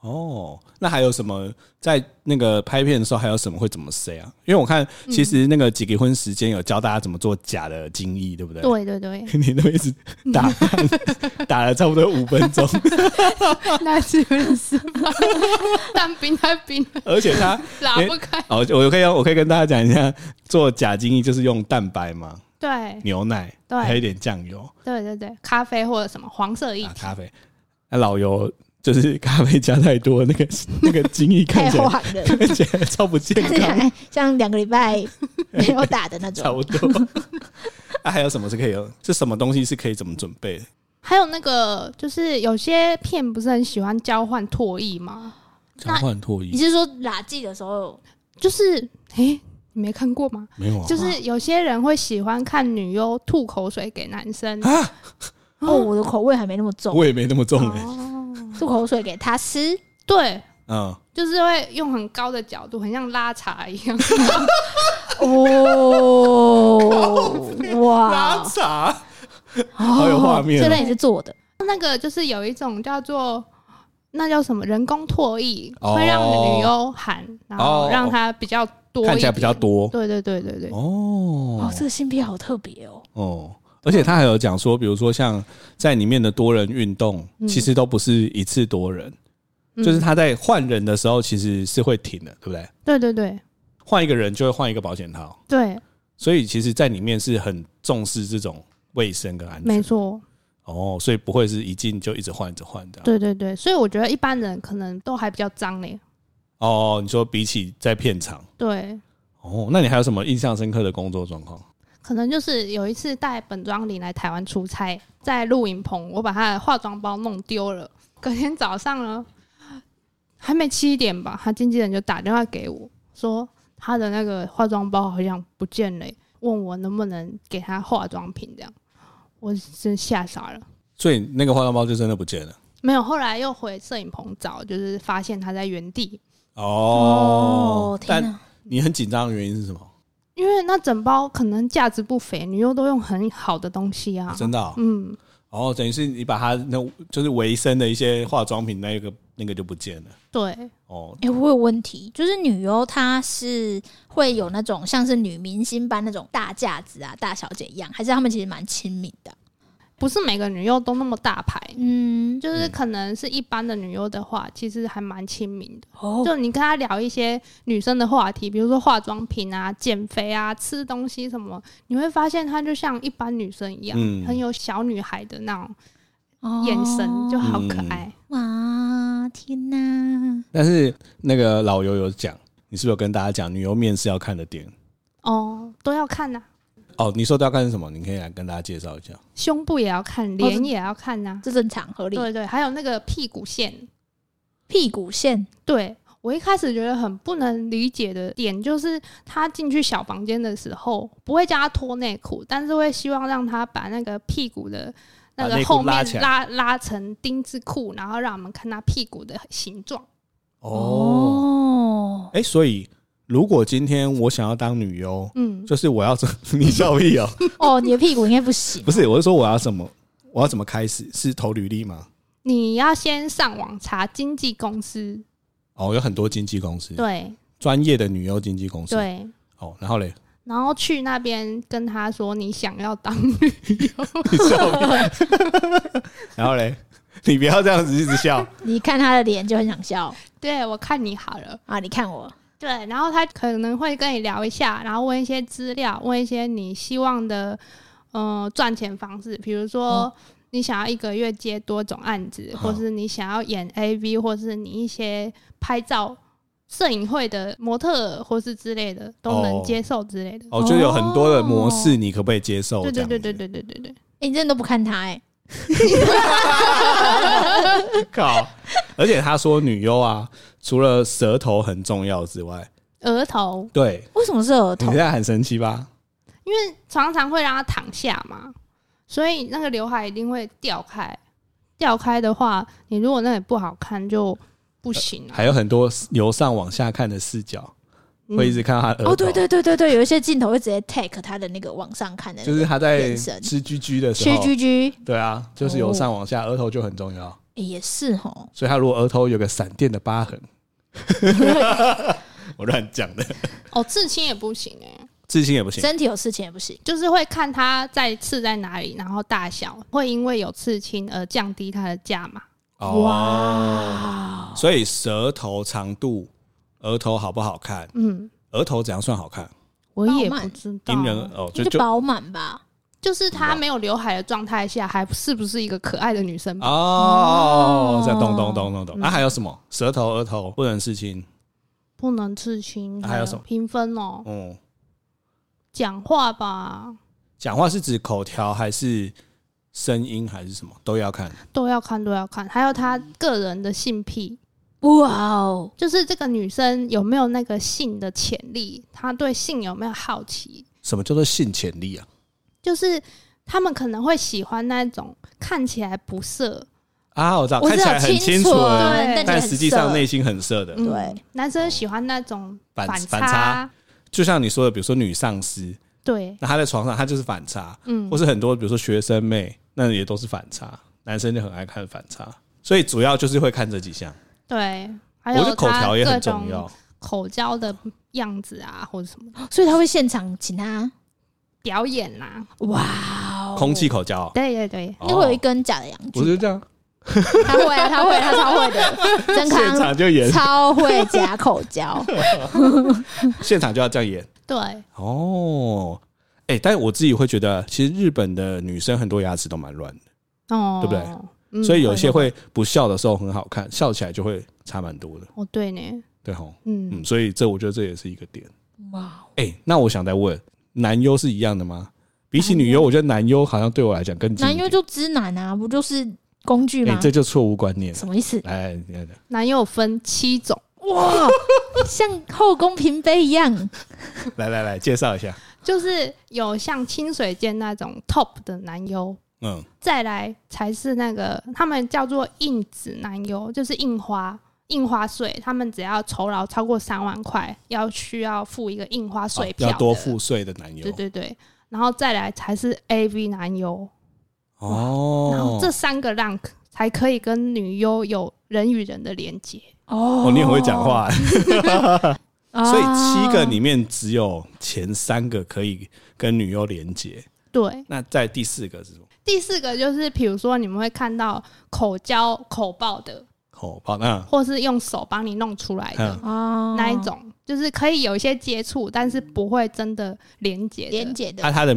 A: 哦，那还有什么在那个拍片的时候还有什么会怎么 say 啊？因为我看其实那个几个婚时间有教大家怎么做假的精液，对不对？
C: 对对对，
A: 你那么一直打扮打了差不多五分钟，
C: 那是 有点失败，但冰太冰了，
A: 而且他
C: 拉不开。
A: 哦，我可以我可以跟大家讲一下，做假精液就是用蛋白嘛，
C: 对
A: 牛奶，
C: 对
A: 还有一点酱油
C: 对对对，咖啡或者什么黄色液
A: 啊，
C: 体，
A: 咖啡。那老油就是 咖啡加太多，那个那个精液看
B: 太
A: 起来
B: 滑了，
A: 看起来超不健
B: 看起
A: 康，
B: 来像两个礼拜没有打的那
A: 差
B: 种。
A: 不多。啊，还有什么是可以用？是什么东西是可以怎么准备的？
C: 还有那个就是有些片不是很喜欢交换唾液吗？
A: 交换唾
B: 你
A: 液
B: 是说拉季的时候？
C: 就是诶，你没看过吗？
A: 没有啊？
C: 就是有些人会喜欢看女优吐口水给男生，
A: 啊
B: 哦，我的口味还没那么重，
A: 我也没那么重哎、
C: 哦，
B: 吐口水给他吃，
C: 对，
A: 嗯，
C: 就是会用很高的角度，很像拉茶一样。
B: 哦，
A: 拉
B: 哇，
A: 茶
B: 好
A: 有画面哦
B: 虽然也是做的，
C: 那个就是有一种叫做那叫什么人工唾液，
A: 哦
C: 会让女优含，然后
A: 哦
C: 让它比较多，
A: 看起来比较。多
C: 对对对对对，
A: 哦
B: 哦，这个性癖好特别哦。
A: 哦，而且他还有讲说，比如说像在里面的多人运动，
C: 嗯
A: 其实都不是一次多人，
C: 嗯
A: 就是他在换人的时候其实是会停的，对不对？
C: 对对对
A: 换一个人就会换一个保险套，
C: 对，
A: 所以其实，在里面是很重视这种卫生跟安
C: 没
A: 全。
C: 错，
A: 哦，所以不会是一进就一直换，一直换的。
C: 对对对，所以我觉得一般人可能都还比较脏嘞。
A: 哦，你说比起在片场，
C: 对，
A: 哦，那你还有什么印象深刻的工作状况？
C: 可能就是有一次带本庄里来台湾出差，在录影棚，我把他的化妆包弄丢了。隔天早上呢，还没七点吧，他经纪人就打电话给我说，他的那个化妆包好像不见了，问我能不能给他化妆品这样。我真吓傻了，
A: 所以那个化妆包就真的不见了。
C: 没有。后来又回摄影棚找，就是发现他在原地，
A: 哦，
B: 哦天
A: 但
B: 哪！
A: 你很紧张的原因是什么？
C: 因因为那整包可能价值不菲，你又都用很好的东西啊。
A: 真的哦、
C: 嗯，
A: 哦，等于是你把它那就是维生的一些化妆品那个那个就不见了
C: 对，
A: 哦。
B: 哎、我有问题，就是女优她是会有那种像是女明星般那种大架子啊、大小姐一样，还是她们其实蛮亲民的？
C: 不是每个女优都那么大牌，
B: 嗯，
C: 就是可能是一般的女优的话，其实还蛮亲民的。
B: 哦，
C: 就你跟她聊一些女生的话题，比如说化妆品啊、减肥啊、吃东西什么，你会发现她就像一般女生一样，
A: 嗯
C: 很有小女孩的那种眼神，就好可爱。
B: 哦嗯哇，天哪！
A: 但是那个老油有讲，你是不是有跟大家讲女优面试要看的点？
C: 哦，都要看呐、
A: 哦，你说都要看是什么？你可以来跟大家介绍一下。
C: 胸部也要看，
B: 这
C: 脸也要看呐、
B: 这正常合理。
C: 对对，还有那个屁股线，
B: 屁股线，
C: 对我一开始觉得很不能理解的点，就是他进去小房间的时候，不会叫他脱内裤，但是会希望让他把那个屁股的那
A: 把内
C: 个
A: 裤
C: 后面
A: 拉起来
C: 拉拉成丁字裤，然后让我们看他屁股的形状。
A: 哦，
B: 哦，
A: 哎、所以如果今天我想要当女优，
C: 嗯，
A: 就是我要怎 你笑屁 哦？
B: 哦，你的屁股应该不行，
A: 不是，我是说我要怎么，我要怎么开始？是投履历吗？
C: 你要先上网查经纪公司，
A: 哦，有很多经纪公司，
C: 对
A: 专业的女优经纪公司。
C: 对。
A: 哦，然后嘞，
C: 然后去那边跟他说你想要当 女优，
A: 你笑屁，然后嘞，你不要这样子一直笑。
B: 你看他的脸就很想笑
C: 对我看你好了。
B: 啊！你看我，
C: 对，然后他可能会跟你聊一下，然后问一些资料，问一些你希望的呃赚钱方式，比如说、你想要一个月接多种案子，
A: 嗯
C: 或是你想要演 AV，或是你一些拍照、摄影会的模特儿或是之类的，都能
A: 哦
C: 接受之类的。
A: 哦，就有很多的模式，你可不可以接受？
C: 哦对对
A: 对，
C: 对对对对对对，
B: 哎、你真的都不看他哎、
A: 靠！而且他说女优啊，除了舌头很重要之外，
C: 额头，
A: 对
B: 为什么是额
C: 哦
A: 你
B: 头
A: 现？在很神奇吧？
C: 因为常常会让他躺下嘛，所以那个刘海一定会掉开。掉开的话，你如果那里不好看就不行啊了、
A: 还有很多由上往下看的视角，会一直看到他的额头。
B: 哦，对对对对对，有一些镜头会直接 take 他的那个往上看的那
A: 就
B: 个
A: 是他在
B: 眼神
A: 吃居居的时
B: 屈
A: 候，
B: 居居，
A: 对啊，就是由上往
B: 哦
A: 下，额头就很重要。
B: 哎也是哦。
A: 所以他如果额头有个闪电的疤 痕，我乱讲的，
C: 哦，刺青也不行哎、
A: 自信也不行。
B: 身体有事情也不行
C: 就是会看他在刺在哪里，然后大小会因为有刺青而降低它的价码。
A: 哦，所以舌头长度、额头好不好看？
C: 嗯，
A: 额头怎样算好看？
C: 我也
B: 浪漫
C: 不知道，
A: 因人而哦，就
B: 就
A: 就
B: 饱满吧。
C: 就是她没有刘海的状态下，还是不是一个可爱的女生
A: 啊
C: 吧？
A: 哦，在咚咚咚咚
B: 嗯
A: 咚。那还有什么？舌头、额头不能事情。
C: 不能刺青，
A: 还有什么
C: 评分哦？
A: 嗯，
C: 讲话吧，
A: 讲话是指口条还是声音还是什么都要看。
C: 都要看，都要看。还有她个人的性癖，
B: 哇哦，
C: 就是这个女生有没有那个性的潜力，她对性有没有好奇，
A: 什么叫做性潜力啊？
C: 就是他们可能会喜欢那种看起来不涩，
A: 啊，我知道，
B: 我
A: 看
B: 只
A: 起
B: 有
A: 来很清
B: 清啊
A: 楚，啊
B: 纯，
C: 对
B: 但
A: 但
B: 你很
A: 实际上
B: 色
A: 内心很色的。
C: 嗯
B: 对，
C: 男生喜欢那种
A: 反
C: 反
A: 反差，就像你说的，比如说女上司，
C: 对，
A: 那她在床上她就是反差，
C: 嗯
A: 或，是很多比如说学生妹，那也都是反差。男生就很爱看反差，所以主要就是会看这几项。
C: 对，还
A: 我
C: 有
A: 觉得口
C: 他
A: 条也
C: 各
A: 很重
C: 种
A: 要，
C: 口交的样子啊，或者什么
B: 所以他会现场请他。
C: 表演啦、
B: 哇哦，
A: 空气口交哦，哦
C: 对对对，
B: 应该会有一根假的阳
A: 我就
B: 具，
A: 这样，
B: 他会啊，他会，他超会 的，曾
A: 现
B: 康
A: 场就演，
B: 超会假口交，
A: 现场就要这样演
C: 对，
A: 哦。哎、但我自己会觉得，其实日本的女生很多牙齿都蛮乱的，
C: 哦，
A: 对不对
C: 对
A: 所以有些会不笑的时候很好看，笑起来就会差蛮多的，
C: 哦，对呢，
A: 对吼。
C: 嗯，
A: 嗯，所以这我觉得这也是一个点。
B: 哇，哦
A: 哎、那我想再问，男优是一样的吗？比起女优，我觉得男优好像对我来讲更近一
B: 男
A: 点
B: 优就知男啊，不就是工具
A: 哎、
B: 吗？
A: 这就错误观念了。
B: 什么意思？
A: 来，来来来
C: 男友分七种，
B: 哇， 像后宫嫔妃一样，
A: 来来来，介绍一下。
C: 就是有像清水健那种 top 的男优。
A: 嗯，
C: 再来才是那个，他们叫做硬子男优，就是印花、印花税，他们只要酬劳超过三万块，要需要付一个印花税
A: 哦
C: 票、
A: 要多付。哦税的男友
C: 对对对，然后再来才是 A V 男优，然后
A: 哦
C: 这三个 rank 才可以跟女优有人与人的连接。
B: 哦
A: 哦，你很会讲，话，
B: 哦
A: 所以七个里面只有前三个可以跟女优连接，
C: 对，
A: 那在第四个是什么？
C: 第四个就是比如说你们会看到口交、口爆的，
A: 口爆那
C: 或是用手帮你弄出来的
A: 嗯
B: 哦
C: 那一种，就是可以有一些接触，但是不会真的连接的。
B: 连姐的
A: 那啊它的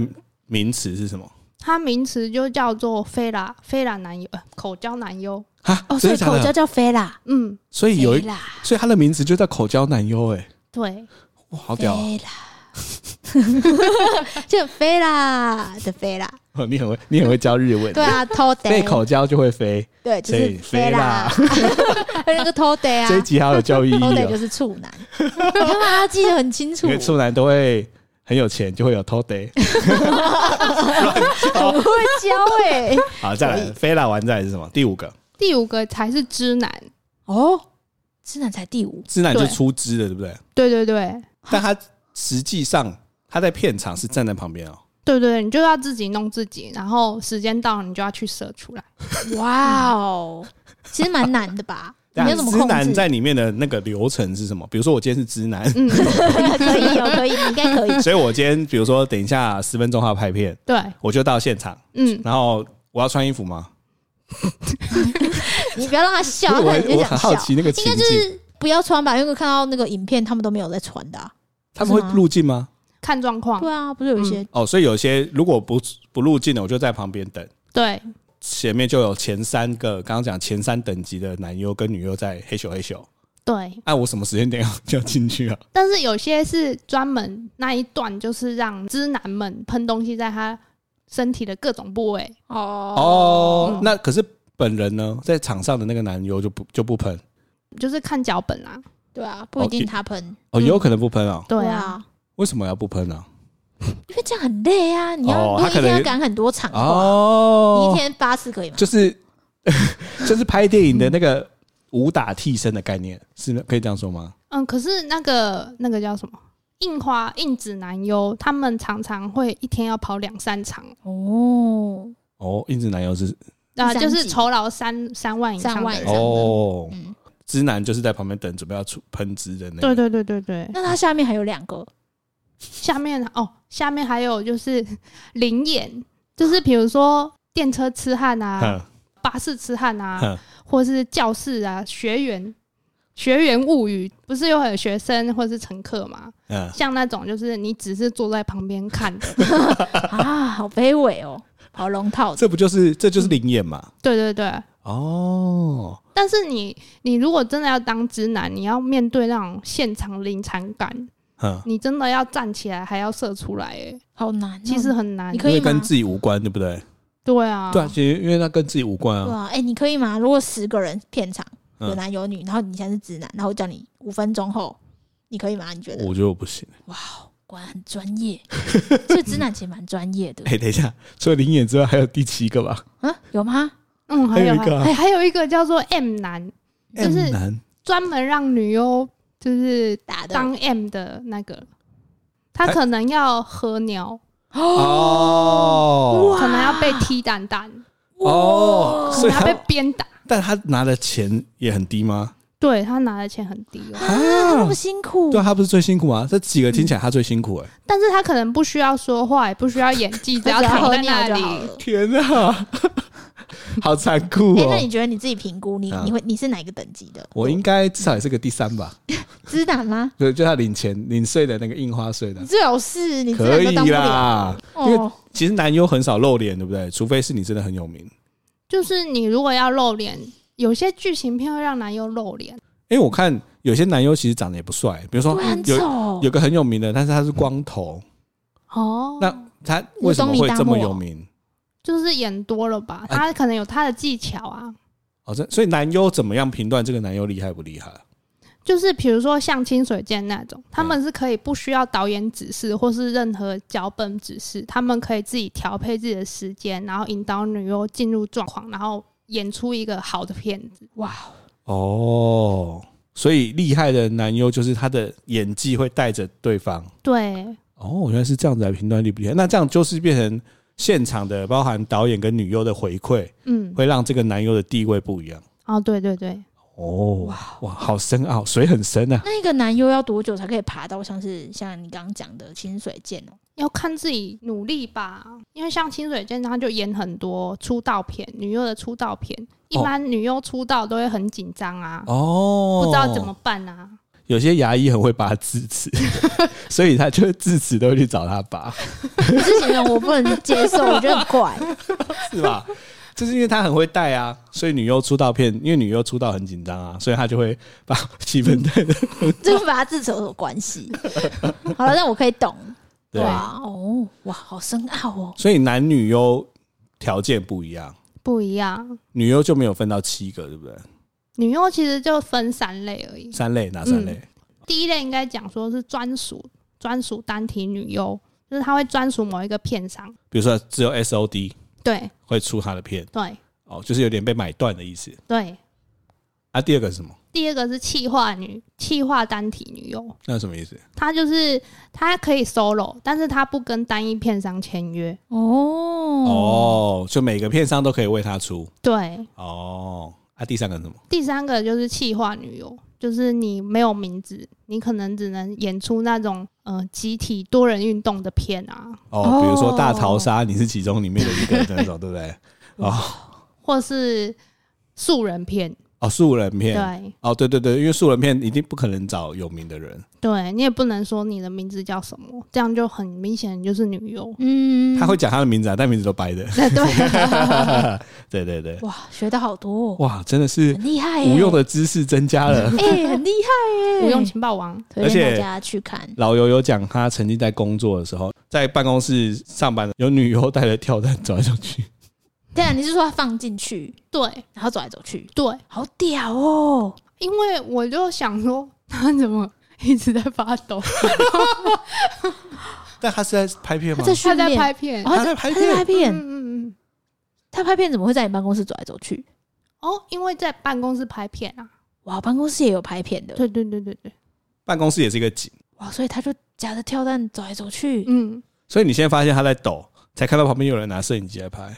A: 名词是什么？
C: 它名词就叫做菲拉菲拉男优、呃，口交男优。
A: 哈
B: 哦，
A: 真
B: 所以
A: 的假
B: 口交
A: 的？
B: 叫菲啦，
C: 嗯，
A: 所以有
B: 菲
A: 一，
B: 啦，
A: 所以它的名字就叫口交男优，哎，
C: 对，
A: 哇，好屌哦！
B: 菲啦， 就菲啦的菲啦，
A: 哦 你很会，你很会教日文，
B: 对，啊，偷
A: 被
B: 得，
A: 哎口交就会飞。
B: 对，就
A: 所以
B: 是
A: 菲
B: 菲
A: 啦
B: 啦， 那个偷得啊
A: 这，一集好有教育意义
B: 偷得就
A: 哦，
B: 是处男，你看嘛他记得很清楚
A: 因，为处男都会很有钱，就会有偷 得。
B: 很会教哎，
A: 好，再来，飞啦，完再来是什么？第五个，
C: 第五个才是知男。
B: 哦，直男才第五，
A: 自然就
C: 对
A: 出资了，对不对？
C: 对对对
A: 但他实际上他在片场是站在旁边哦。
C: 对对，你就要自己弄自己，然后时间到了你就要去射出来。
B: 哇哦，其实蛮难的吧？你要怎么
A: 直
B: 控
A: 啊男
B: 制？
A: 在里面的那个流程是什么？比如说我今天是直男，
C: 嗯，
B: 可以哦，可以，你应该可 以。
A: 所以我今天比如说等一下十分钟后要拍片，
C: 对，
A: 我就到现场，
C: 嗯，
A: 然后我要穿衣服吗？
B: 你不要让他笑，
A: 因为
B: 他
A: 我
B: 可
A: 很
B: 能就
A: 我
B: 想
A: 很好
B: 笑。
A: 奇那个情
B: 应该就
A: 境，
B: 是不要穿吧，因为我看到那个影片，他们都没有在穿的啊、
A: 他们会入镜吗？
C: 看状况。
B: 对啊，不是有一些、
A: 哦，所以有些如果不不入镜的，我就在旁边等。
C: 对
A: 前面就有前三个，刚刚讲前三等级的男优跟女优在嘿咻嘿咻，
C: 对，
A: 哎、我什么时间点要就要进去啊？
C: 但是有些是专门那一段，就是让知男们喷东西在他身体的各种部位。
A: 哦，那可是本人呢，在场上的那个男优就不就不喷
C: 就是看脚本啦，
B: 对啊，不一定他喷。
A: 哦，
C: 嗯
A: 有可能不喷哦，
C: 对啊，
B: 啊，
A: 为什么要不喷呢、
B: 因为这样很累啊。你要、
A: 哦
B: 如果
A: 他
B: 一
A: 可能
B: 天要赶很多场的话，你一
A: 哦，
B: 天八次可以吗？
A: 就是 就是拍电影的那个武打替身的概念，是吗可以这样说吗？
C: 嗯，可是那个那个叫什么印花印子男优，他们常常会一天要跑两三场，
B: 哦，
A: 哦，硬质男优是
C: 啊、
B: 三
C: 就是
B: 级
C: 酬劳三三万以上
B: 三万
C: 的
B: 以
C: 人
B: 上
A: 哦，
B: 嗯，
A: 直男就是在旁边等，准备要出喷汁的那
C: 对
A: 个。
C: 对对对对，
B: 那他下面还有两 个
C: 下面哦，下面还有就是 零演，就是比如说电车痴汉啊，
A: 哼
C: 巴士痴汉啊，
A: 哼，
C: 或是教室啊，学员学员物语，不是有很多学生或是乘客嘛？
A: 嗯，
C: 像那种就是你只是坐在旁边看的，
B: 啊，好卑微哦，跑龙套的。
A: 这不就是这就是灵眼嘛？
C: 对对对，
A: 哦，
C: 但是你，你如果真的要当直男，你要面对那种现场临场感，
A: 哼，
C: 你真的要站起来还要射出来、欸，
B: 好难哦、
C: 其实很难。
B: 你可
A: 因
B: 以
A: 为
B: 吗
A: 跟？自己无关，对不对？
C: 对啊，
A: 对啊，其实因为那跟自己无关
B: 对
A: 啊。
B: 啊，哎、你可以吗？如果十个人片场
A: 嗯
B: 有男有女，然后你现在是直男，然后叫你五分钟后，你可以吗？你觉得？
A: 我觉得我不行。
B: 哇，果然很专业， 这直男其实蛮专业的
A: 哎、等一下，除了灵眼之外，还有第七个吧？
B: 啊，有吗？
C: 嗯，还
A: 还有
C: 有
A: 一个啊
C: 还哎还有一个叫做 M 男，就是
A: M 男
C: 专门让女优就是
B: 打的
C: 当 M 的那个，他可能要喝尿，
A: 哦
C: 可能要被踢蛋蛋，
A: 哦，
C: 可
A: 所
C: 能
A: 以
C: 要被
A: 他，
C: 鞭打。
A: 但他拿的钱也很低吗？
C: 对他拿的钱很低哦，
B: 啊，他那么辛苦
A: 对啊，他不是最辛苦吗？这几个听起来他最辛苦哎、
C: 但是他可能不需要说话，也不需要演技，只
B: 他
C: 要
B: 只要
C: 躺
B: 喝
C: 在
B: 尿
C: 那
B: 就
C: 里。
B: 好了。
A: 天啊， 好残酷
B: 哎、
A: 哦！
B: 那你觉得你自己评估你
A: 啊
B: 你会你是哪个等级的？
A: 我应该至少也是个第三吧？
B: 直男吗？
A: 对，就他领钱领税的那个印花税的
B: 你，最好是，你自
A: 可
B: 然
A: 以
B: 都当不了。
A: 啦。因为
B: 哦，
A: 其实男优很少露脸，对不对？除非是你真的很有名。
C: 就是你如果要露脸，有些剧情片会让男优露脸，
A: 因为我看有些男优其实长得也不帅，比如说
B: 对，啊很
A: 有
B: 丑。
A: 有个很有名的，但是他是光头，
C: 哦，
A: 那他为什么会这么有名？
C: 就是演多了吧？
A: 哎
C: 他可能有他的技巧啊，
A: 哦，这所以男优怎么样评断这个男优厉害不厉害？
C: 就是比如说像清水健那种，他们是可以不需要导演指示或是任何脚本指示，他们可以自己调配自己的时间，然后引导女优进入状况，然后演出一个好的片子。
B: 哇，
A: 哦，所以厉害的男优就是他的演技会带着对方。
C: 对，
A: 哦，原来是这样子来评断厉不厉害。那这样就是变成现场的，包含导演跟女优的回馈，
C: 嗯，
A: 会让这个男优的地位不一样。
C: 哦，对对对，
A: 哦，哇，好深奥，水很深啊。
B: 那一个男优要多久才可以爬到像是像你刚刚讲的清水剑哦？
C: 要看自己努力吧，因为像清水健他就演很多出道片，女优的出道片，一般女优出道都会很紧张啊，
A: 哦，
C: 不知道怎么。办啊。
A: 有些牙医很会拔智齿， 所以他就智齿都会去找他拔，
B: 不是形容我不能接受，我觉得很 怪。
A: 是吧？就是因为他很会带啊，所以女优出道片，因为女优出道很紧张啊，所以他就会把气氛带的。
B: 这个把它自扯有什么关系？好了，那我可以懂。
A: 对，
B: 啊，哦，哇，好深奥哦。
A: 所以男女优条件不一样，
C: 不一样。
A: 女优就没有分到七个，对不对？
C: 女优其实就分三类而已，
A: 三类哪三类？
C: 第一类应该讲说是专属专属单体女优，就是她会专属某一个片商。
A: 比如说只有 S O D
C: 对
A: 会出他的片，
C: 对
A: 哦，就是有点被买断的意思。
C: 对。
A: 啊，第二个是什么？
C: 第二个是气化女，气化单体女优，
A: 那是什么意思？
C: 她就是她可以 solo，但是她不跟单一片商签约。
B: 哦，
A: 哦，就每个片商都可以为他出。
C: 对，
A: 哦，啊，第三个是什么？
C: 第三个就是气化女优，就是你没有名字，你可能只能演出那种呃集体多人运动的片啊，
A: 哦，比如说
B: 哦
A: 大逃杀，你是其中里面的一个那种，对不 对？哦
C: 或是素人片。
A: 哦，素人片。
C: 对
A: 哦，对对对，因为素人片一定不可能找有名的人，
C: 对，你也不能说你的名字叫什么，这样就很明显就是女 优。
B: 嗯
A: 他会讲他的名字啊，但名字都白 的。
C: 对对
A: 对对对，
B: 哇，学到好多、哦，
A: 哇，真的是
B: 很厉害、耶
A: 无用的知识增加了。
B: 哎、很厉害耶、
C: 无用情报王。
B: 推
A: 而
B: 荐
A: 且
B: 大家去看。
A: 老尤有讲，他曾经在工作的时候，在办公室上班，有女优带着跳蛋走来走去。
B: 对啊，你是说他放进去，
C: 对
B: 然后走来走去，
C: 对，
B: 好屌哦！
C: 因为我就想说，他怎么一直在发 抖？
A: 但他是在拍片
B: 他
A: 吗？
B: 在
C: 他
B: 训
C: 在
B: 练，
C: 拍片。
B: 哦，
A: 他在拍
B: 他在拍
A: 片，
C: 嗯
B: 片，
C: 嗯嗯。
B: 他拍片怎么会在你办公室走来走去？
C: 哦，因为在办公室拍片啊。
B: 哇，办公室也有拍片的，
C: 对对对对对。
A: 办公室也是一个景，
B: 哇，所以他就夹着跳蛋走来走去，
C: 嗯，
A: 所以你现在发现他在抖，才看到旁边有人拿摄影机来拍。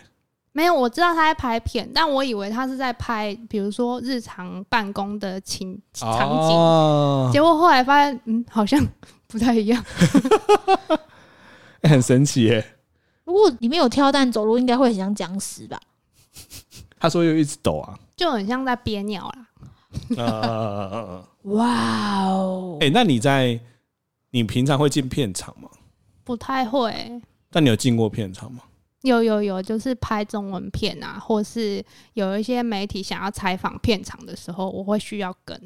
C: 没有，我知道他在拍片，但我以为他是在拍，比如说日常办公的情场景。
A: 哦
C: 结果后来发现，嗯，好像 不太一样。
A: 欸很神奇耶、
B: 如果里面有跳蛋走路，应该会很像僵尸吧？
A: 他说又一直抖 啊。
C: 就很像在憋尿啦。
B: 嗯
A: 呃，
B: 哇哦！
A: 哎、那你在你平常会进片场吗？
C: 不太会、
A: 但你有进过片场吗？
C: 有有有，就是拍中文片啊，或是有一些媒体想要采访片场的时候，我会需要跟。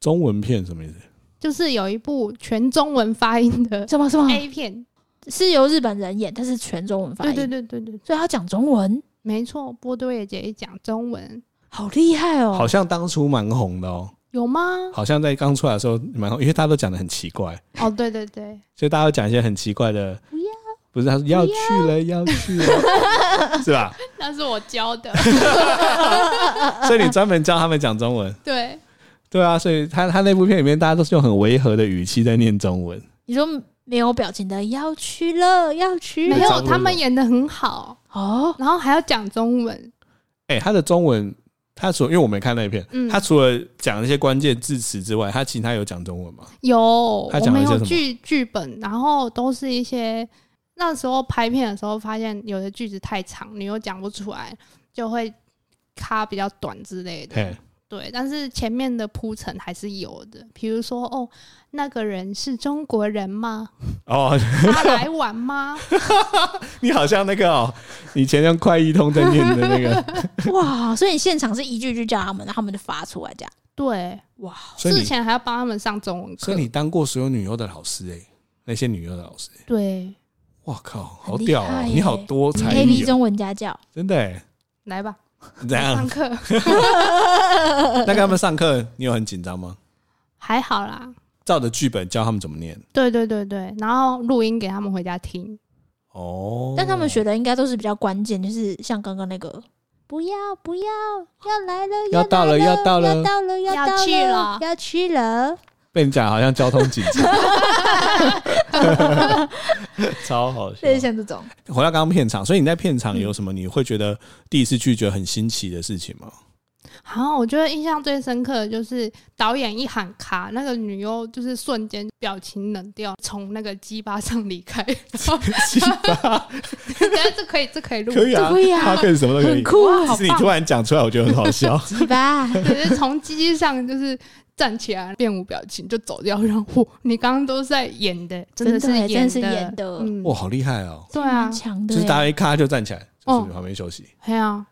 A: 中文片什么意思？
C: 就是有一部全中文发音的
B: 什么什么
C: A 片，
B: 是由日本人演，但是全中啊文发
C: 对
B: 音，
C: 对对对对，
B: 所以他讲中文，
C: 没错，波多野结衣讲中文
B: 好厉害哦！
A: 好像当初蛮红的哦，
C: 有吗？
A: 好像在刚出来的时候蛮红，因为大家都讲的很奇怪，
C: 哦，对对对，
A: 所以大家都讲一些很奇怪的。
B: 不要，
A: 不是他说要去了，要去了， 是吧？
C: 那是我教的，
A: 所以你专门教他们讲中文，
C: 对
A: 对啊，所以他他那部片里面，大家都是用很违和的语气在念中文。
B: 你说没有表情的要去了，要去
C: 没
B: 了
A: 差
C: 有
A: 不多
C: 他们演的很好，
B: 哦，
C: 然后还要讲中文，
A: 哎、他的中文，他除因为我没看那片，
C: 嗯
A: 他除了讲那些关键字词之外，他其他有讲中文吗？
C: 有，
A: 他
C: 我
A: 讲了
C: 们
A: 一些
C: 有
A: 什么
C: 剧剧本，然后都是一些那时候拍片的时候发现有的句子太长，你又讲不出来，就会卡比较短之类的
A: 嘿。
C: 对，但是前面的铺陈还是有的，比如说哦，那个人是中国 人吗？
A: 哦，
C: 他来玩吗？
A: 你好像那个哦，以前用快译通在念的那 个，
B: 哇！所以你现场是一句一句叫他们，然后他们就发出来这样。
C: 对，
B: 哇，
A: 所以
C: 之
A: 你
C: 前还要帮他们上中文
A: 所
C: 课
A: 以。你当过所有女优的老师哎、那些女优的老师、欸，
C: 对，
A: 哇靠，好
B: 很厉
A: 屌哦
B: 害，耶
A: 你好多才
B: A
A: 艺
B: B
A: 哦、
B: 中文家教，
A: 真的、欸，
C: 来吧，
A: 你怎样
C: 上？课
A: 哎 那跟他们上课，你有很紧张吗？
C: 还好啦。
A: 照着剧本教他们怎么念
C: 对对对对，然后录音给他们回家听。
A: 哦，
B: 但他们学的应该都是比较关键，就是像刚刚那个不要不要，要来了，
A: 要到了
B: 来
A: 要到了
B: 要到了，
C: 要
B: 到
C: 去
B: 了
C: 了，
B: 要去了。
A: 被你讲好像交通警察， 超好笑。
B: 类似像这种，
A: 回到刚刚片场，所以你在片场有什么你会觉得第一次拒绝很新奇的事情 吗？
C: 好，我觉得印象最深刻的就是导演一喊卡，那个女优就是瞬间表情冷掉，从那个鸡巴上离 开。然后
A: 鸡巴
C: 等下这可以，这可以录，
A: 可以 啊，
B: 这可以啊
A: 他可以什么都可以。
B: 酷
C: 哇，好
A: 是你突
C: 棒！
A: 然讲出来，我觉得很好笑。
B: 鸡巴，
C: 就是从鸡鸡上就是站起来，面无表情就走掉。然后我你刚刚都是在演的，真的是
B: 真的耶
C: 演
B: 真的是演的
C: 嗯，
A: 哇，好厉害哦！
C: 对啊
B: 蛮，强的欸
A: 就
B: 耶，
A: 是大家一咔就站起来，就
C: 哦
A: 是旁边休息。
C: 对啊，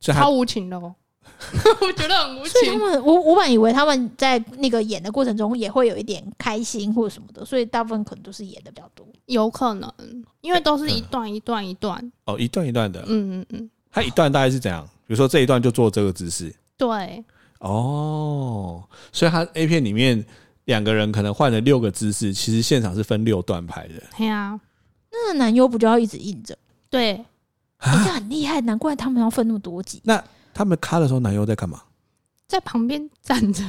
A: 所以他
C: 超无情的哦， 我觉得很无
B: 所以他
C: 情。
B: 们，我我本来以为他们在那个演的过程中也会有一点开心或什么的，所以大部分可能都是演的比较多。
C: 有可能，因为都是一段一段一段，
A: 哦，一段一段的，
C: 嗯嗯嗯，
A: 他一段大概是怎样？比如说这一段就做这个姿势
C: 对，
A: 哦，所以他 A 片里面两个人可能换了六个姿势，其实现场是分六段拍的。
C: 嘿啊，
B: 那男优不就要一直硬着？
C: 对，
A: 啊
B: 欸这很厉害，难怪他们要分那么多集。
A: 他们咔的时候，男优在干嘛？
C: 在旁边站 着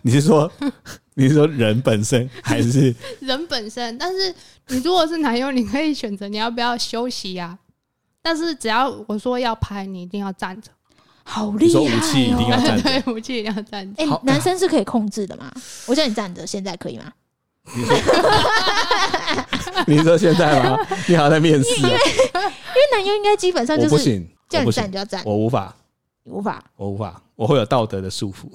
A: 你是说 你是说人本身还是
C: 人本身，但是你如果是男优，你可以选择你要不要休息啊。但是只要我说要拍，你一定要站着，
B: 好
A: 你
B: 厉
A: 说
B: 害、哦！
A: 武器一定要站着？
C: 对，我记得要站着。
B: 哎、
A: 好哎
B: 男生是可以控制的嘛？我叫你站着，现在可以吗？
A: 你说你说现在吗？你好像在面试哦，
B: 因为男优应该基本上
A: 我
B: 就
A: 不
B: 是
A: 行，
B: 叫
A: 我
B: 你
A: 不
B: 站
A: 行，
B: 就要站，
A: 我无法，
B: 你无法。
A: 我无法，我会有道德的束缚。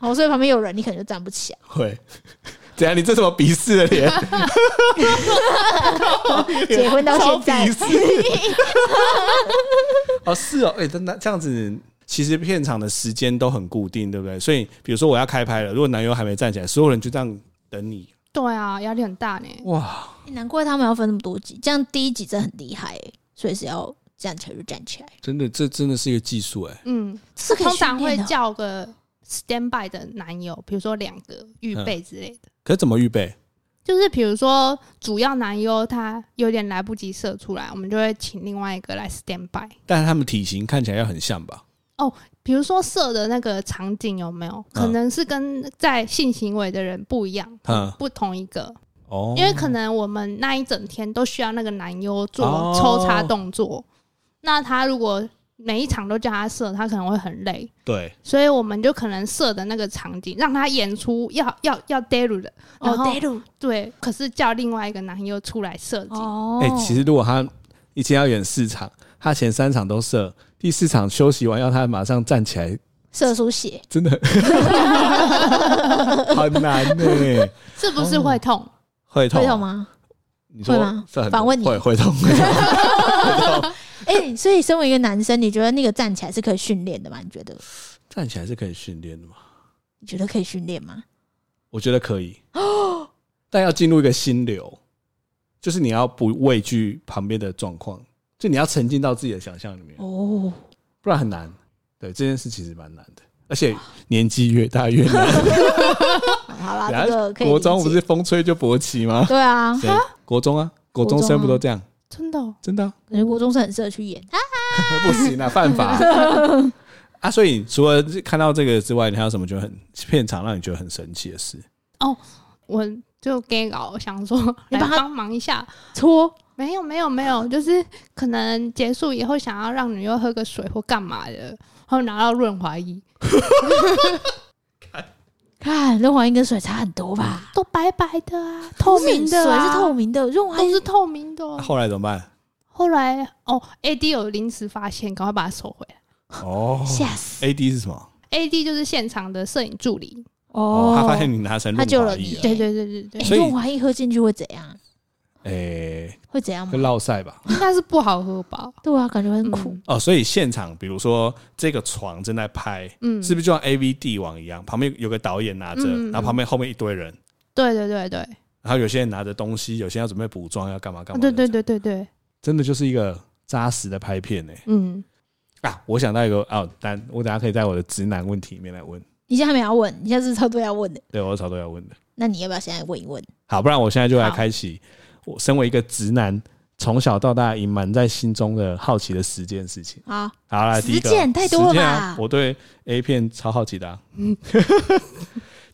B: 哦，所以旁边有人，你可能就站不起来。
A: 会。 怎样？你这什么鄙视的脸？
B: 结婚到
A: 超
B: 现在
A: 鄙，视。 哦，是哦，哎、真的这样子，其实片场的时间都很固定，对不对？所以，比如说我要开拍了，如果男优还没站起来，所有人就这样等你。
C: 对啊，压力很大呢。
A: 哇，
B: 欸难怪他们要分那么多集，这样第一集真的很厉害、欸，所以是要站起来就站起来，
A: 真的，这真的是一个技术哎、
C: 嗯，
B: 这是可以
C: 通常
B: 训
C: 会
B: 练的哦
C: 叫个 stand by 的男友，比如说两个预备之类的。
A: 可是怎么预备？
C: 就是比如说主要男优他有点来不及射出来，我们就会请另外一个来 stand by。
A: 但是他们体型看起来要很像吧？
C: 比如说射的那个场景有没有可能是跟在性行为的人不一样，
A: 嗯，
C: 不同一个，
A: 哦，
C: 因为可能我们那一整天都需要那个男优做
A: 哦
C: 抽插动作，那他如果每一场都叫他射，他可能会很累，
A: 对，
C: 所以我们就可能射的那个场景让他演出要要要 d a r 的，然
B: 哦
C: 后、
B: d a
C: 对，可是叫另外一个男优出来射击，
B: 哦
A: 哎、其实如果他一天要演四场，他前三场都射，第四场休息完要他马上站起来，
B: 射出血，
A: 真 的很难呢、
C: 是不是
A: 哦
C: 会痛？
A: 会痛啊
B: 会懂？吗？
A: 你
B: 会吗
A: 这很
B: 反问你
A: 会会痛，会痛会 痛
B: 哎、所以身为一个男生，你觉得那个站起来是可以训练的吗？你觉得？
A: 站起来是可以训练的吗？
B: 你觉得可以训练吗？
A: 我觉得可以，但要进入一个心流，就是你要不畏惧旁边的状况，就你要沉浸到自己的想象里面，
B: 哦，
A: 不然很难。对这件事其实蛮难的，而且
B: 哦
A: 年纪越大越难。
B: 好啦，
A: 然
B: 这
A: 后
B: 个可以理解。
A: 国中不是风吹就勃起吗？
B: 对啊，
A: 对，国中啊，国中生不都这样？
C: 真的哦、
A: 真的啊、
B: 可是国中是很适合去演啊。
A: 不行啊，犯法 啊！所以除了看到这个之外，你还有什么觉得很片场让你觉得很神奇的事？
C: 我就 gay 搞，想说
B: 你
C: 来
B: 帮他
C: 帮忙一下，
B: 搓
C: 没有没有没有，就是可能结束以后想要让女优喝个水或干嘛的，然后拿到润滑液，
B: 看润滑液跟水差很多吧？
C: 都白白的 啊，透明的、
B: 水
C: 啊，
B: 是嗯透，明的，润滑
C: 都
B: 液
C: 是透明的哦、
A: 啊后来怎么办？
C: 后来哦，AD 有临时发现，赶快把它收回来。
A: 哦
B: 吓死
A: AD 是什么？
C: AD 就是现场的摄影助理，
A: 哦，他发现你拿成
B: 他
A: 润
B: 救
A: 滑
B: 了
A: 液
B: 你
A: 了，
C: 对对对对对，
B: 哎
A: 所以
B: 润滑液喝进去会怎样？
A: 诶，
B: 会怎样
A: 会
B: 吗？
A: 落塞吧？
C: 应该是不好喝吧？
B: 对啊，感觉会很苦
C: 嗯。
A: 哦，所以现场比如说这个床正在拍，
C: 嗯，
A: 是不是就像 AV 帝王一样，旁边有个导演拿着，
C: 嗯
A: 然后旁边后面一堆人，
C: 对对对对，啊
A: 然后有些人拿着东西，有些人要准备补妆，要干嘛干嘛的，
C: 哦对对对对对，
A: 真的就是一个扎实的拍片呢。欸
C: 嗯，
A: 啊，我想到一个哦，但我等下可以在我的直男问题里面来问，
B: 你现在没有要问，你现在是超多要问的，
A: 对我有超多要问的。
B: 那你要不要现在问一问？
A: 好，不然我现在就来
C: 好
A: 开启我身为一个直男从小到大隐瞒在心中的好奇的十件事情。
B: 好，
A: 好啦，
B: 十
A: 第一个
B: 件太多了吧嗯
A: 十件啊我对 A 片超好奇的、啊。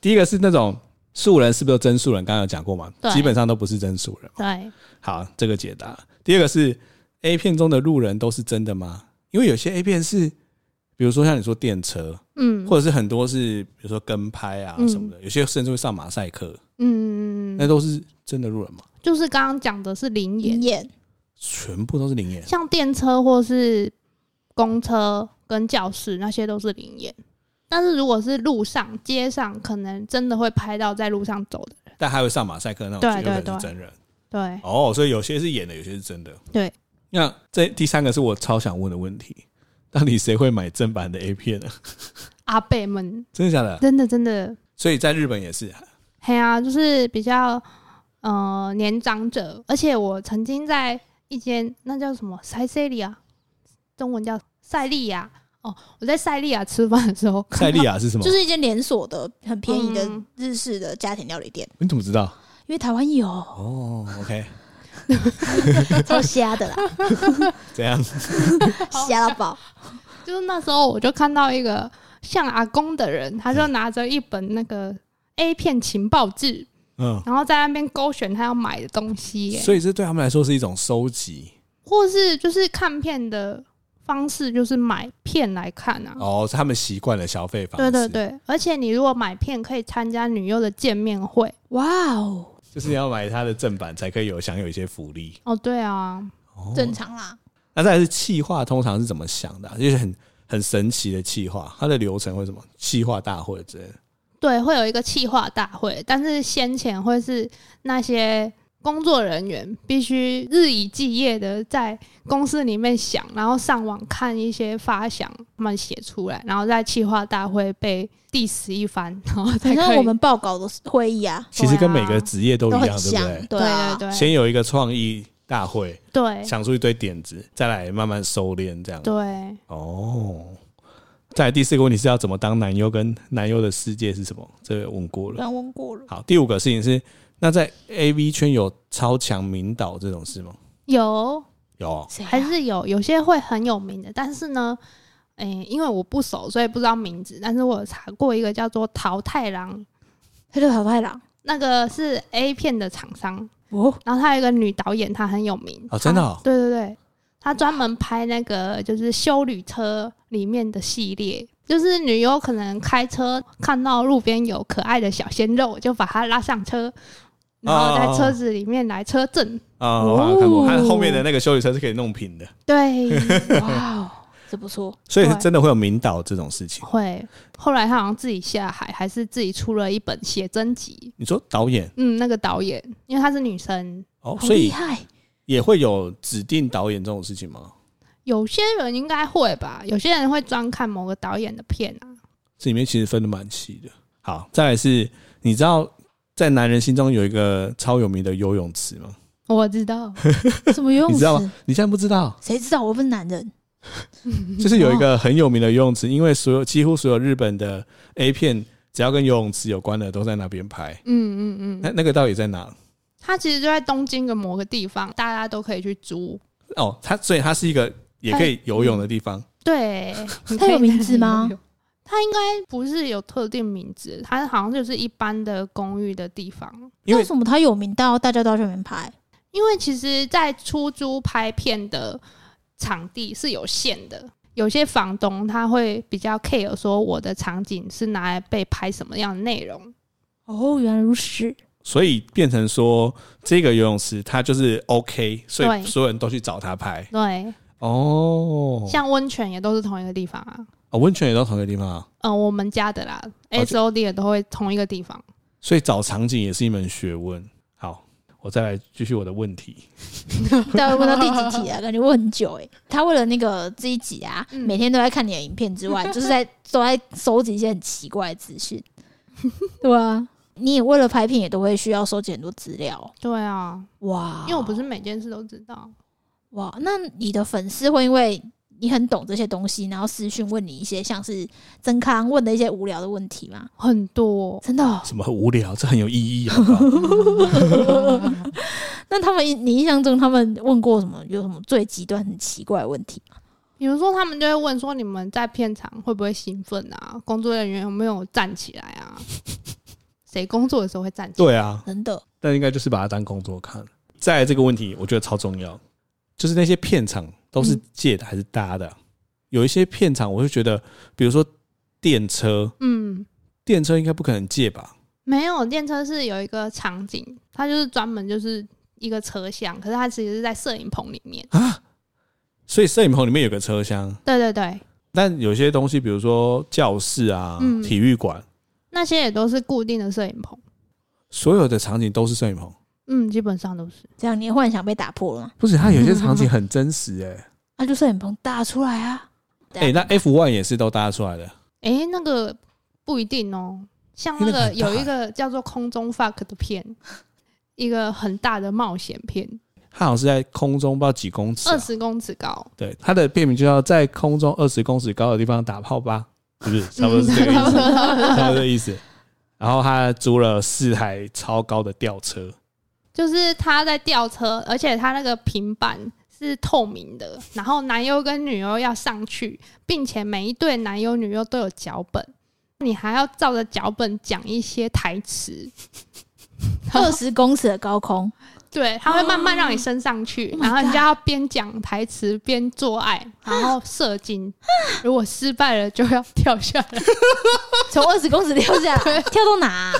A: 第一个是那种素人是不是都真素人？刚刚有讲过嘛
C: 对，
A: 基本上都不是真素人。
C: 对，
A: 好，这个解答。第二个是 A 片中的路人都是真的吗？因为有些 A 片是，比如说像你说电车，
C: 嗯
A: 或者是很多是比如说跟拍啊
C: 嗯
A: 什么的，有些甚至会上马赛克，
C: 嗯，
A: 那都是真的路人嘛？
C: 就是刚刚讲的是灵眼，
B: 眼
A: 哦全部都是灵眼。
C: 像电车或是公车跟教室那些都是灵眼，但是如果是路上、街上，可能真的会拍到在路上走的人。
A: 但还会上马赛克那
C: 对
A: 种，有可
C: 对
A: 能
C: 对
A: 是真人
C: 对，
A: 哦。所以有些是演的，有些是真的。
C: 对，
A: 那这第三个是我超想问的问题：到底谁会买正版的 A 片呢？
C: 阿贝们，
A: 真的假的？
C: 真的真的，
A: 所以在日本也是，
C: 嘿啊，就是比较呃年长者，而且我曾经在一间那叫什么塞塞利亚，中文叫塞利亚哦，我在塞利亚吃饭的时候，
A: 塞利亚是什么？
B: 就是一间连锁的很便宜的
C: 嗯
B: 日式的家庭料理店，
A: 你怎么知道？
B: 因为台湾 有
A: 哦，OK，
B: 超瞎 的啦，
A: 这样
B: 瞎到爆。
C: 就是那时候我就看到一个像阿公的人，他就拿着一本那个 A 片情报志，
A: 嗯，
C: 然后在那边勾选他要买的东西耶、
A: 所以这对他们来说是一种收集
C: 或是就是看片的方式就是买片来看啊。
A: 哦，是他们习惯的消费方
C: 对
A: 式。
C: 对，对，而且你如果买片，可以参加女优的见面会。
B: 哇哦，
A: 就是你要买它的正版才可以有享有一些福利。
C: 哦，对啊，
A: 哦
B: 正常啦，
A: 那再来是企划，通常是怎么想的啊、就是很很神奇的企划，它的流程会什么？企划大会之类的。
C: 对，会有一个企划大会，但是先前会是那些工作人员必须日以继夜的在公司里面想，然后上网看一些发想，他们写出来，然后在企划大会被 diss 一番，然后
B: 好
C: 才可
B: 像
C: 以。
B: 我们报告的会议啊，
A: 其实跟每个职业都一
B: 都
A: 样，
B: 很
A: 对
B: 像
A: 不对，？
B: 对
C: 对
B: 啊
C: 对，对
A: 先有一个创意大会，
C: 对
A: 想出一堆点子，再来慢慢收敛这样。
C: 对，
A: 哦。再来第四个问题是要怎么当男优，跟男优的世界是什么？这个问过了。
B: 刚问过了，
A: 好，第五个事情是，那在 A V 圈有超强名导这种事吗？
C: 有
A: 有哦，
B: 谁啊
C: 还是有，有些会很有名的，但是呢。诶、因为我不熟，所以不知道名字。但是我有查过一个叫做桃太郎，
B: 他就淘汰了
C: 那个是 A 片的厂商，
B: 哦，
C: 然后她有一个女导演，她很有名
A: 哦真的哦
C: 她对对对，她专门拍那个就是修旅车里面的系列，就是女优可能开车看到路边有可爱的小鲜肉，就把她拉上车，然后在车子里面来车震。
A: 啊、我好像看过，它后面的那个修理车是可以弄平的，
C: 对，
B: 哇哦，这不错，
A: 所以是
C: 对
A: 真的会有名导这种事情。
C: 会。后来她好像自己下海，还是自己出了一本写真集。
A: 你说导演
C: 嗯，那个导演，因为她是女生，
A: 哦，
B: 好
A: 所
B: 厉
A: 以
B: 害，
A: 也会有指定导演这种事情吗？
C: 有些人应该会吧，有些人会专看某个导演的片啊。
A: 这里面其实分的蛮细的。好，再来是，你知道在男人心中有一个超有名的游泳池吗？
C: 我知道，
B: 什么游
A: 你
B: 泳
A: 知
B: 池？
A: 道吗？你现在不知道，
B: 谁知道我不是男人？嗯
A: 就是有一个很有名的游泳池，因为所有几乎所有日本的 A 片，只要跟游泳池有关的都在那边拍。
C: 嗯嗯嗯，
A: 那那个到底在哪？
C: 它其实就在东京的某个地方，大家都可以去租。
A: 哦，它所以它是一个也可以
B: 嗯
A: 游泳的地方。
C: 对，你
B: 它
C: 可以
B: 有名字吗？
C: 它应该不是有特定名字，它好像就是一般的公寓的地方。
A: 因为
B: 为什么他有名到大家都要去那边拍？
C: 因为其实，在出租拍片的场地是有限的，有些房东他会比较 care 说我的场景是拿来被拍什么样的内容。
B: 哦，原来如此，
A: 所以变成说，这个游泳池它就是 OK，所
C: 对
A: 以所有人都去找它拍。
C: 对，
A: 哦，
C: 像温泉也都是同一个地方啊。
A: 哦温泉也到同一个地方啊，
C: 嗯、我们家的啦
A: 哦就
C: ，S O D 也都会同一个地方。
A: 所以找场景也是一门学问。好，我再来继续我的问题。
B: 大家问到第几题啊？感觉问很久哎、他为了那个这一集啊，
C: 嗯
B: 每天都在看你的影片之 外，就是在都在收集一些很奇怪的资讯， 对啊，你也为了拍片也都会需要收集很多资料
C: 对啊，
B: 哇，
A: 啊
C: 因为我不是每件事都知道。
B: 哇，那你的粉丝会因为你很懂这些东西，然后私讯问你一些像是曾康问的一些无聊的问题吗？
C: 很 多，
B: 真的哦、
A: 什么很无聊，这很有意义，好 啊不好？
B: 那他们你印象中他们问过什么？有什么最极端很奇怪的问题吗？
C: 比如说他们就会问说你们在片场会不会兴奋啊？工作人员有没有站起来 啊？谁工作的时候会站起来？
A: 对啊，
B: 真的，
A: 但应该就是把它当工作看。再来这个问题，我觉得超重要，就是那些片场都是
C: 嗯
A: 借的还是搭的啊？有一些片场，我就觉得，比如说电车，
C: 嗯，
A: 电车应该不可能借吧？
C: 没有，电车是有一个场景，它就是专门就是一个车厢，可是它其实是在摄影棚里面。
A: 啊，所以摄影棚里面有个车厢，
C: 对对对，
A: 但有些东西，比如说教室啊、
C: 嗯
A: 体育馆，
C: 那些也都是固定的摄影棚。
A: 所有的场景都是摄影棚。
C: 嗯，基本上都是。
B: 这样你的幻想被打破了吗？
A: 不是，它有些场景很真实、欸，
B: 那就摄影棚搭出来啊！
A: 哎、那 F one 也是都搭出来的，
C: 诶，那个不一定哦。像那
A: 因为那
C: 个
A: 很大
C: 有一个叫做《空中 fuck》的片，一个很大的冒险片，
A: 它好像是在空中不知道几公尺、
C: 二
A: 啊，
C: 十公尺高。
A: 对，它的片名就叫在空中二十公尺高的地方打炮吧，是不是？嗯差不多是这 个意思，差不多这个意思。然后他租了四台超高的吊车，
C: 就是他在吊车，而且他那个平板是透明的，然后男优跟女优要上去，并且每一对男优女优都有脚本，你还要照着脚本讲一些台 词。
B: 二十公尺的高空，
C: 对，他会慢慢让你升上去，
B: Oh my
C: 然后你就要边讲台词边做爱，然后射 精。如果失败了，就要跳下来，
B: 从二十公尺跳 下来，跳到哪啊、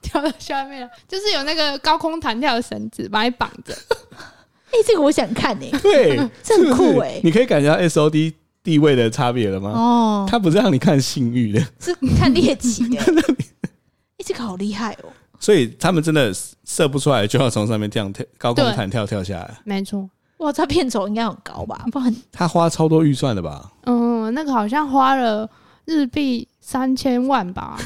C: 跳到下面了。就是有那个高空弹跳的绳子把你绑着。
B: 哎、这个我想看哎、
A: 对，
B: 这很
A: 是不
B: 酷
A: 是
B: 欸
A: 你可以感觉到 S O D 地位的差别了吗？
B: 哦，
A: 他不是让你看性欲的，
B: 是看猎奇的、 哎、这个好厉害哦！
A: 所以他们真的射不出来，就要从上面这样跳，高空
C: 对
A: 弹跳跳下来。
C: 没错，
B: 哇，他片酬应该很高 吧？不然
A: 他花超多预算的吧？
C: 嗯，那个好像花了日币三千 万吧。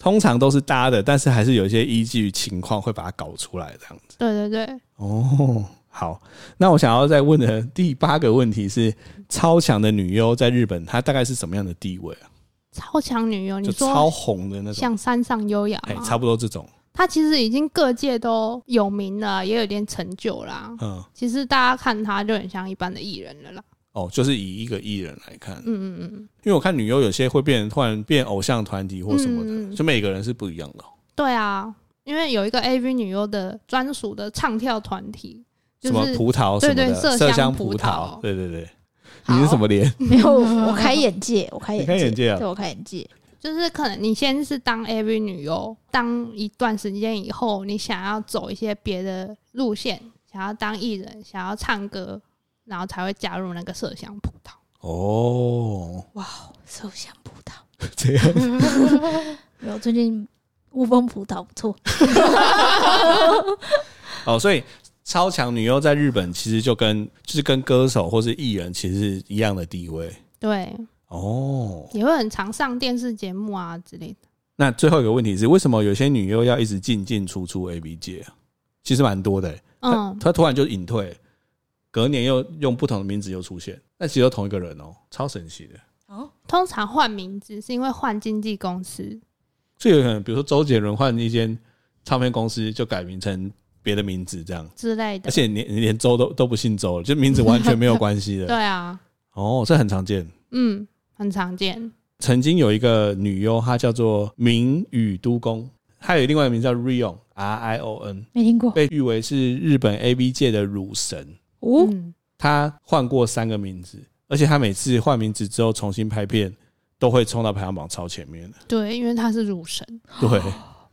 A: 通常都是搭的，但是还是有一些依据情况会把它搞出来这样子。
C: 对对对，
A: 哦，好，那我想要再问的第八个问题是，超强的女优在日本她大概是什么样的地位啊？
C: 超强女优，
A: 就
C: 你
A: 超
C: 说
A: 红的那种，
C: 像山上优雅
A: 哎、
C: 吗？
A: 差不多这种，
C: 她其实已经各界都有名了，也有点成就啦。
A: 嗯，
C: 其实大家看她就很像一般的艺人了啦。
A: 哦，就是以一个艺人来看，
C: 嗯嗯嗯，
A: 因为我看女优有些会变突然变偶像团体或什么的，
C: 嗯嗯嗯
A: 就每个人是不一样的哦、
C: 对啊，因为有一个 AV 女优的专属的唱跳团体，就
A: 什么
C: 是
A: 葡萄什
C: 对
A: 么的，
C: 对麝香
A: 葡
C: 葡萄
A: 对对对，
B: 好
A: 你是什么脸？
B: 没 有，我开眼界，我开眼界，
A: 你开眼界啊
B: 对我开眼界。
C: 就是可能你先是当 AV 女优，当一段时间以后，你想要走一些别的路线，想要当艺人，想要唱歌，然后才会加入那个麝香葡萄。
A: 哦，
B: 哇，麝香葡萄
A: 这样
B: 没有，最近雾峰葡萄不错。
A: 哦，所以超强女优在日本其实就跟就是跟歌手或是艺人其实是一样的地位
C: 对，
A: 哦。
C: 也会很常上电视节目啊之类的。
A: 那最后一个问题是，为什么有些女优要一直进进出出 A B 界啊？其实蛮多的、欸，她
C: 嗯，
A: 她突然就隐退，隔年又用不同的名字又出现，那其实都同一个人哦、超神奇的。
B: 哦，
C: 通常换名字是因为换经纪公司。
A: 所以有可能，比如说周杰伦换一间唱片公司，就改名成别的名字这样，
C: 之类的
A: 而，且连连周都都不姓周了，就名字完全没有关系的。
C: 对啊，
A: 哦，这很常见。
C: 嗯，很常见。
A: 曾经有一个女优，她叫做明宇都宫，她有另外一个名字叫 Rion R I O N，
B: 没听过
A: 被誉为是日本 A B 界的乳神。
B: 哦，
C: 嗯，
A: 她换过三个名字，而且她每次换名字之后重新拍片，都会冲到排行榜超前面的。
C: 对，因为他是乳神。
A: 对，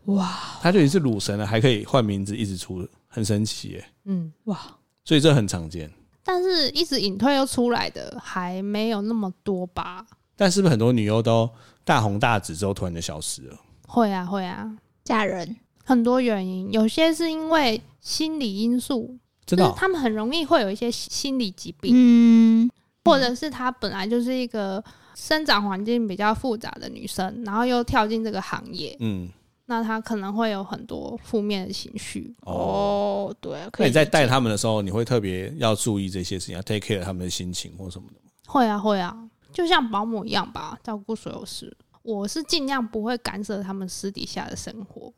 B: 哇
A: 她就已经是乳神了，还可以换名字一直出，很神奇耶。
C: 嗯，
B: 哇，
A: 所以这很常见，
C: 但是一直隐退又出来的还没有那么多吧？
A: 但是不是很多女优都大红大紫之后突然就消失了？
C: 会啊，会啊，
B: 嫁人
C: 很多原因，有些是因为心理因素，
A: 真
C: 就
A: 的哦、
C: 是他们很容易会有一些心理疾病，
B: 嗯，
C: 或者是她本来就是一个生长环境比较复杂的女生，然后又跳进这个行业，
A: 嗯，
C: 那他可能会有很多负面的情绪。
A: 哦。
B: 哦，对，可
A: 那
B: 以
A: 你在
B: 理解
A: 带他们的时候，你会特别要注意这些事情，要 take care 他们的心情或什么的。
C: 会啊，会啊，就像保姆一样吧，照顾所有事。我是尽量不会干涉他们私底下的生活。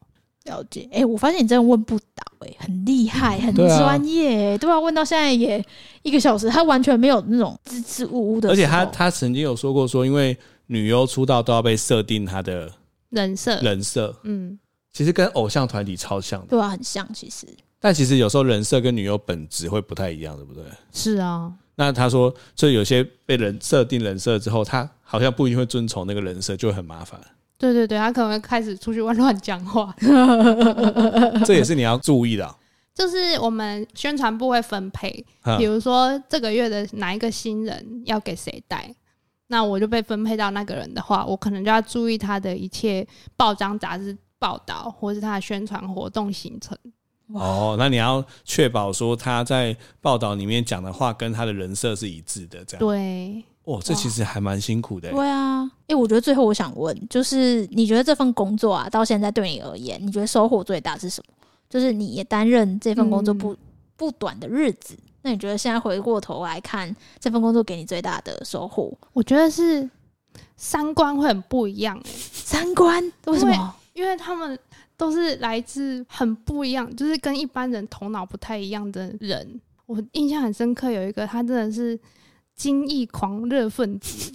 B: 了解。哎、我发现你真的问不倒、哎，很厉害，很
A: 对啊
B: 专业、哎对啊，问到现在也一个小时，他完全没有那种支支吾吾的
A: 而
B: 时
A: 且
B: 候，
A: 他他曾经有说过说，因为女优出道都要被设定她的
C: 人设，
A: 人设，
C: 嗯，
A: 其实跟偶像团体超像的。
B: 对啊，很像其实。
A: 但其实有时候人设跟女优本质会不太一样，对不对？
C: 是啊，
A: 那他说，就有些被人设定人设之后，他好像不一定会遵从那个人设，就会很麻烦。
C: 对对对，他可能会开始出去乱乱讲话。
A: 这也是你要注意的啊、
C: 就是我们宣传部会分配，比
A: 嗯
C: 如说这个月的哪一个新人要给谁带，那我就被分配到那个人的话，我可能就要注意他的一切报章杂志报道，或是他的宣传活动行程。
A: 哦，那你要确保说他在报道里面讲的话跟他的人设是一致的，这样。
C: 对，
A: 哦，这其实还蛮辛苦的欸、
B: 对啊，哎、我觉得最后我想问，就是你觉得这份工作啊，到现在对你而言，你觉得收获最大是什么？就是你也担任这份工作
A: 嗯
B: 不、不短的日子，那你觉得现在回过头来看，这份工作给你最大的收获，
C: 我觉得是三观会很不一样、欸
B: 三观为什么？
C: 因为他们都是来自很不一样，就是跟一般人头脑不太一样的人。我印象很深刻，有一个他真的是精益狂热分子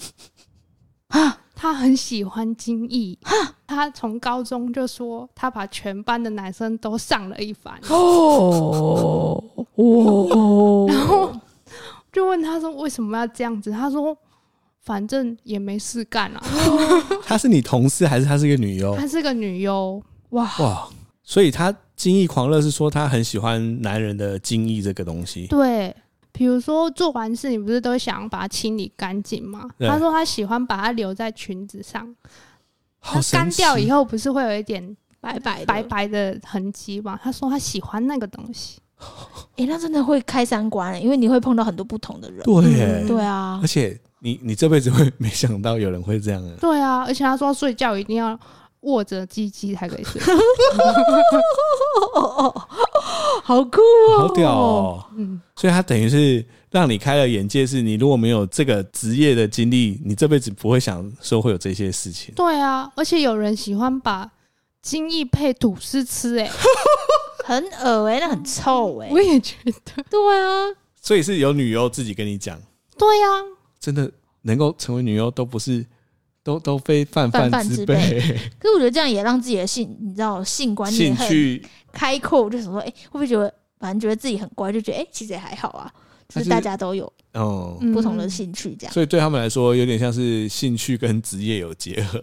C: 啊，他很喜欢精益，他从高中就说他把全班的男生都上了一番，
B: 哦 哦，
C: 然后就问他说为什么要这样子，他说反正也没事干啊，
A: 她是你同事还是她是一个女优？
C: 她是个女优，
B: 哇，
A: 哇，所以她精益狂热是说她很喜欢男人的精益这个东西。
C: 对，比如说做完事，你不是都想把它清理干净吗？
A: 对
C: 他说他喜欢把它留在裙子上，
A: 好
C: 它
A: 神
C: 干掉
A: 奇
C: 以后不是会有一点
B: 拜拜拜。
C: 白白的痕迹吗？他说他喜欢那个东西，
B: 哎、那真的会开三观、欸，因为你会碰到很多不同的人。
A: 对耶、
C: 嗯
B: 对啊
A: 而，且你你这辈子会没想到有人会这样的。
C: 对啊，而且他说睡觉一定要握着鸡鸡才可以睡，
B: 好酷
A: 好屌哦！
C: 嗯，
A: 所以他等于是让你开了眼界，是你如果没有这个职业的经历，你这辈子不会想说会有这些事情。
C: 对啊，而且有人喜欢把。精益配吐司吃、欸，
B: 很恶哎、那很臭哎、
C: 我也觉得，
B: 对啊，
A: 所以是有女优自己跟你讲，
C: 对呀、啊，
A: 真的能够成为女优都不是，都都非泛
B: 泛
A: 泛
B: 泛
A: 之
B: 之
A: 辈。
B: 可是我觉得这样也让自己的性，你知道性观念
A: 兴
B: 很
A: 趣
B: 开阔，就想说，哎、会不会觉得反正觉得自己很乖，就觉得哎、诶其实也还好啊，就
A: 那就是
B: 是大家都有
A: 哦，
C: 嗯
B: 不同的兴趣这样。
A: 所以对他们来说有点像是兴趣跟职业有结合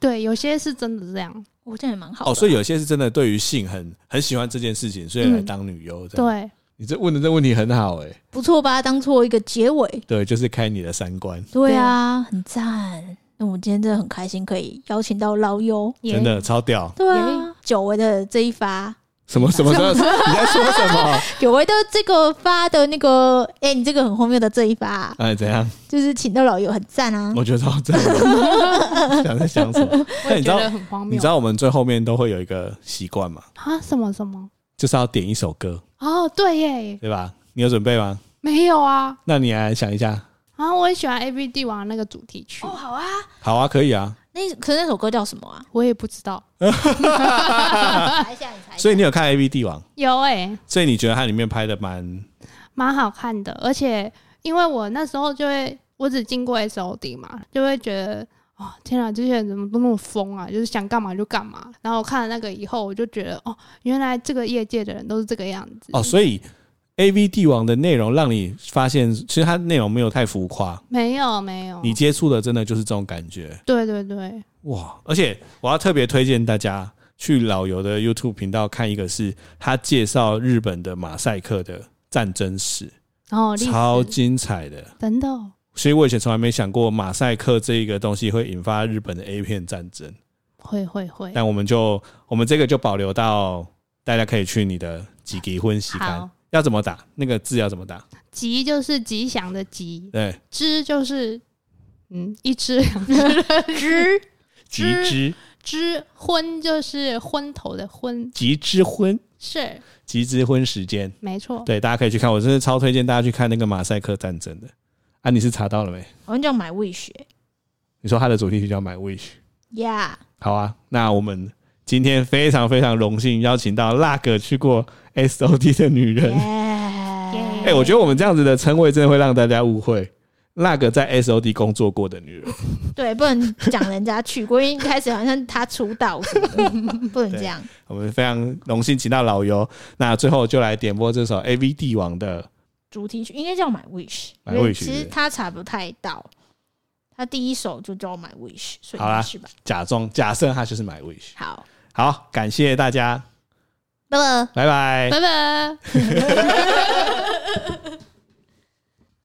C: 对，有些是真的这样，
B: 我这样也蛮好的啊
A: 哦。所以有些是真的对于性很很喜欢这件事情，所以来当女优。这样，
C: 对，
A: 你这问的这问题很好哎、
B: 不错吧？当做一个结尾，
A: 对，就是开你的三观。
B: 对啊，很赞。那我们今天真的很开心，可以邀请到老优，
C: 也
A: 真的超屌！
B: 对
C: 耶
B: 啊，久违的这一发，
A: 什么什么什么？你在说什么？
B: 久违的这个发的那个，哎、你这个很荒谬的这一发啊、
A: 哎，怎样？
B: 就是请到老优，很赞啊。
A: 我觉得超赞的。想在想什么？
C: 我也
A: 你知道
C: 觉得很荒
A: 你
C: 谬
A: 知道我们最后面都会有一个习惯嘛，
C: 啊！什么什么？
A: 就是要点一首歌，
C: 哦，对耶，
A: 对吧？你有准备吗？
C: 没有啊
A: 那你来想一下。
C: 啊！我也喜欢 A B 帝王那个主题曲，
B: 哦，好啊，
A: 好啊，可以啊。
B: 那可是那首歌叫什么 啊？
C: 我也不知道。
B: 猜一下，你
C: 哎
B: 猜一下
A: 所以你有看 A V 帝王，
C: 有哎、
A: 所以你觉得它里面拍的蛮……
C: 嗯蛮好看的，而且因为我那时候就会，我只经过 S O D 嘛，就会觉得。哦，天啊！这些人怎么都那么疯啊？就是想干嘛就干嘛。然后我看了那个以后，我就觉得哦，原来这个业界的人都是这个样子。
A: 哦，所以 A V 帝王的内容让你发现，其实它内容没有太浮夸，
C: 没有没有，
A: 你接触的真的就是这种感觉。
C: 对对对，
A: 哇！而且我要特别推荐大家去老游的 YouTube 频道看一个是他介绍日本的马赛克的战争史，
C: 然后哦历史
A: 超精彩的。
C: 真的哦
A: 所以我以前从来没想过马赛克这一个东西会引发日本的 A 片战争，
C: 会会会，
A: 但我们就我们这个就保留到大家可以去你的几吉婚喜刊
C: 好
A: 要怎么打那个字要怎么打，
C: 吉就是吉祥的吉，
A: 对，
C: 只就是嗯，一只两只
A: 吉
C: 之
A: 之
C: 之婚就是昏头的昏，
A: 集之婚，
C: 是
A: 集之婚时间，
C: 没错。
A: 对，大家可以去看，我真的超推荐大家去看那个马赛克战争的。啊，你是查到了没？
B: 好像叫买 wish 欸
A: 你说它的主题曲叫《My Wish》。
B: ，Yeah，
A: 好啊，那我们今天非常非常荣幸邀请到那个去过 S O D 的女人。
B: 耶
A: 哎、我觉得我们这样子的称谓真的会让大家误会。那个在 S O D 工作过的女人，
B: 对，不能讲人家去 过，因为一开始好像他出道什么的，不能这样。
A: 我们非常荣幸请到老尤。那最后就来点播这首 A V 帝王的，
B: 主题曲应该叫买 wish，
A: 买
B: 因为
A: wish，
B: 其
A: 对
B: 实
A: 不对
B: 他查不太到，他第一首就叫买 wish，所以
A: 好啦
B: 是吧？
A: 假装假设它就是《My Wish》。
B: 好，
A: 好，感谢大家，
B: 拜拜。
A: 拜拜。
C: 拜拜。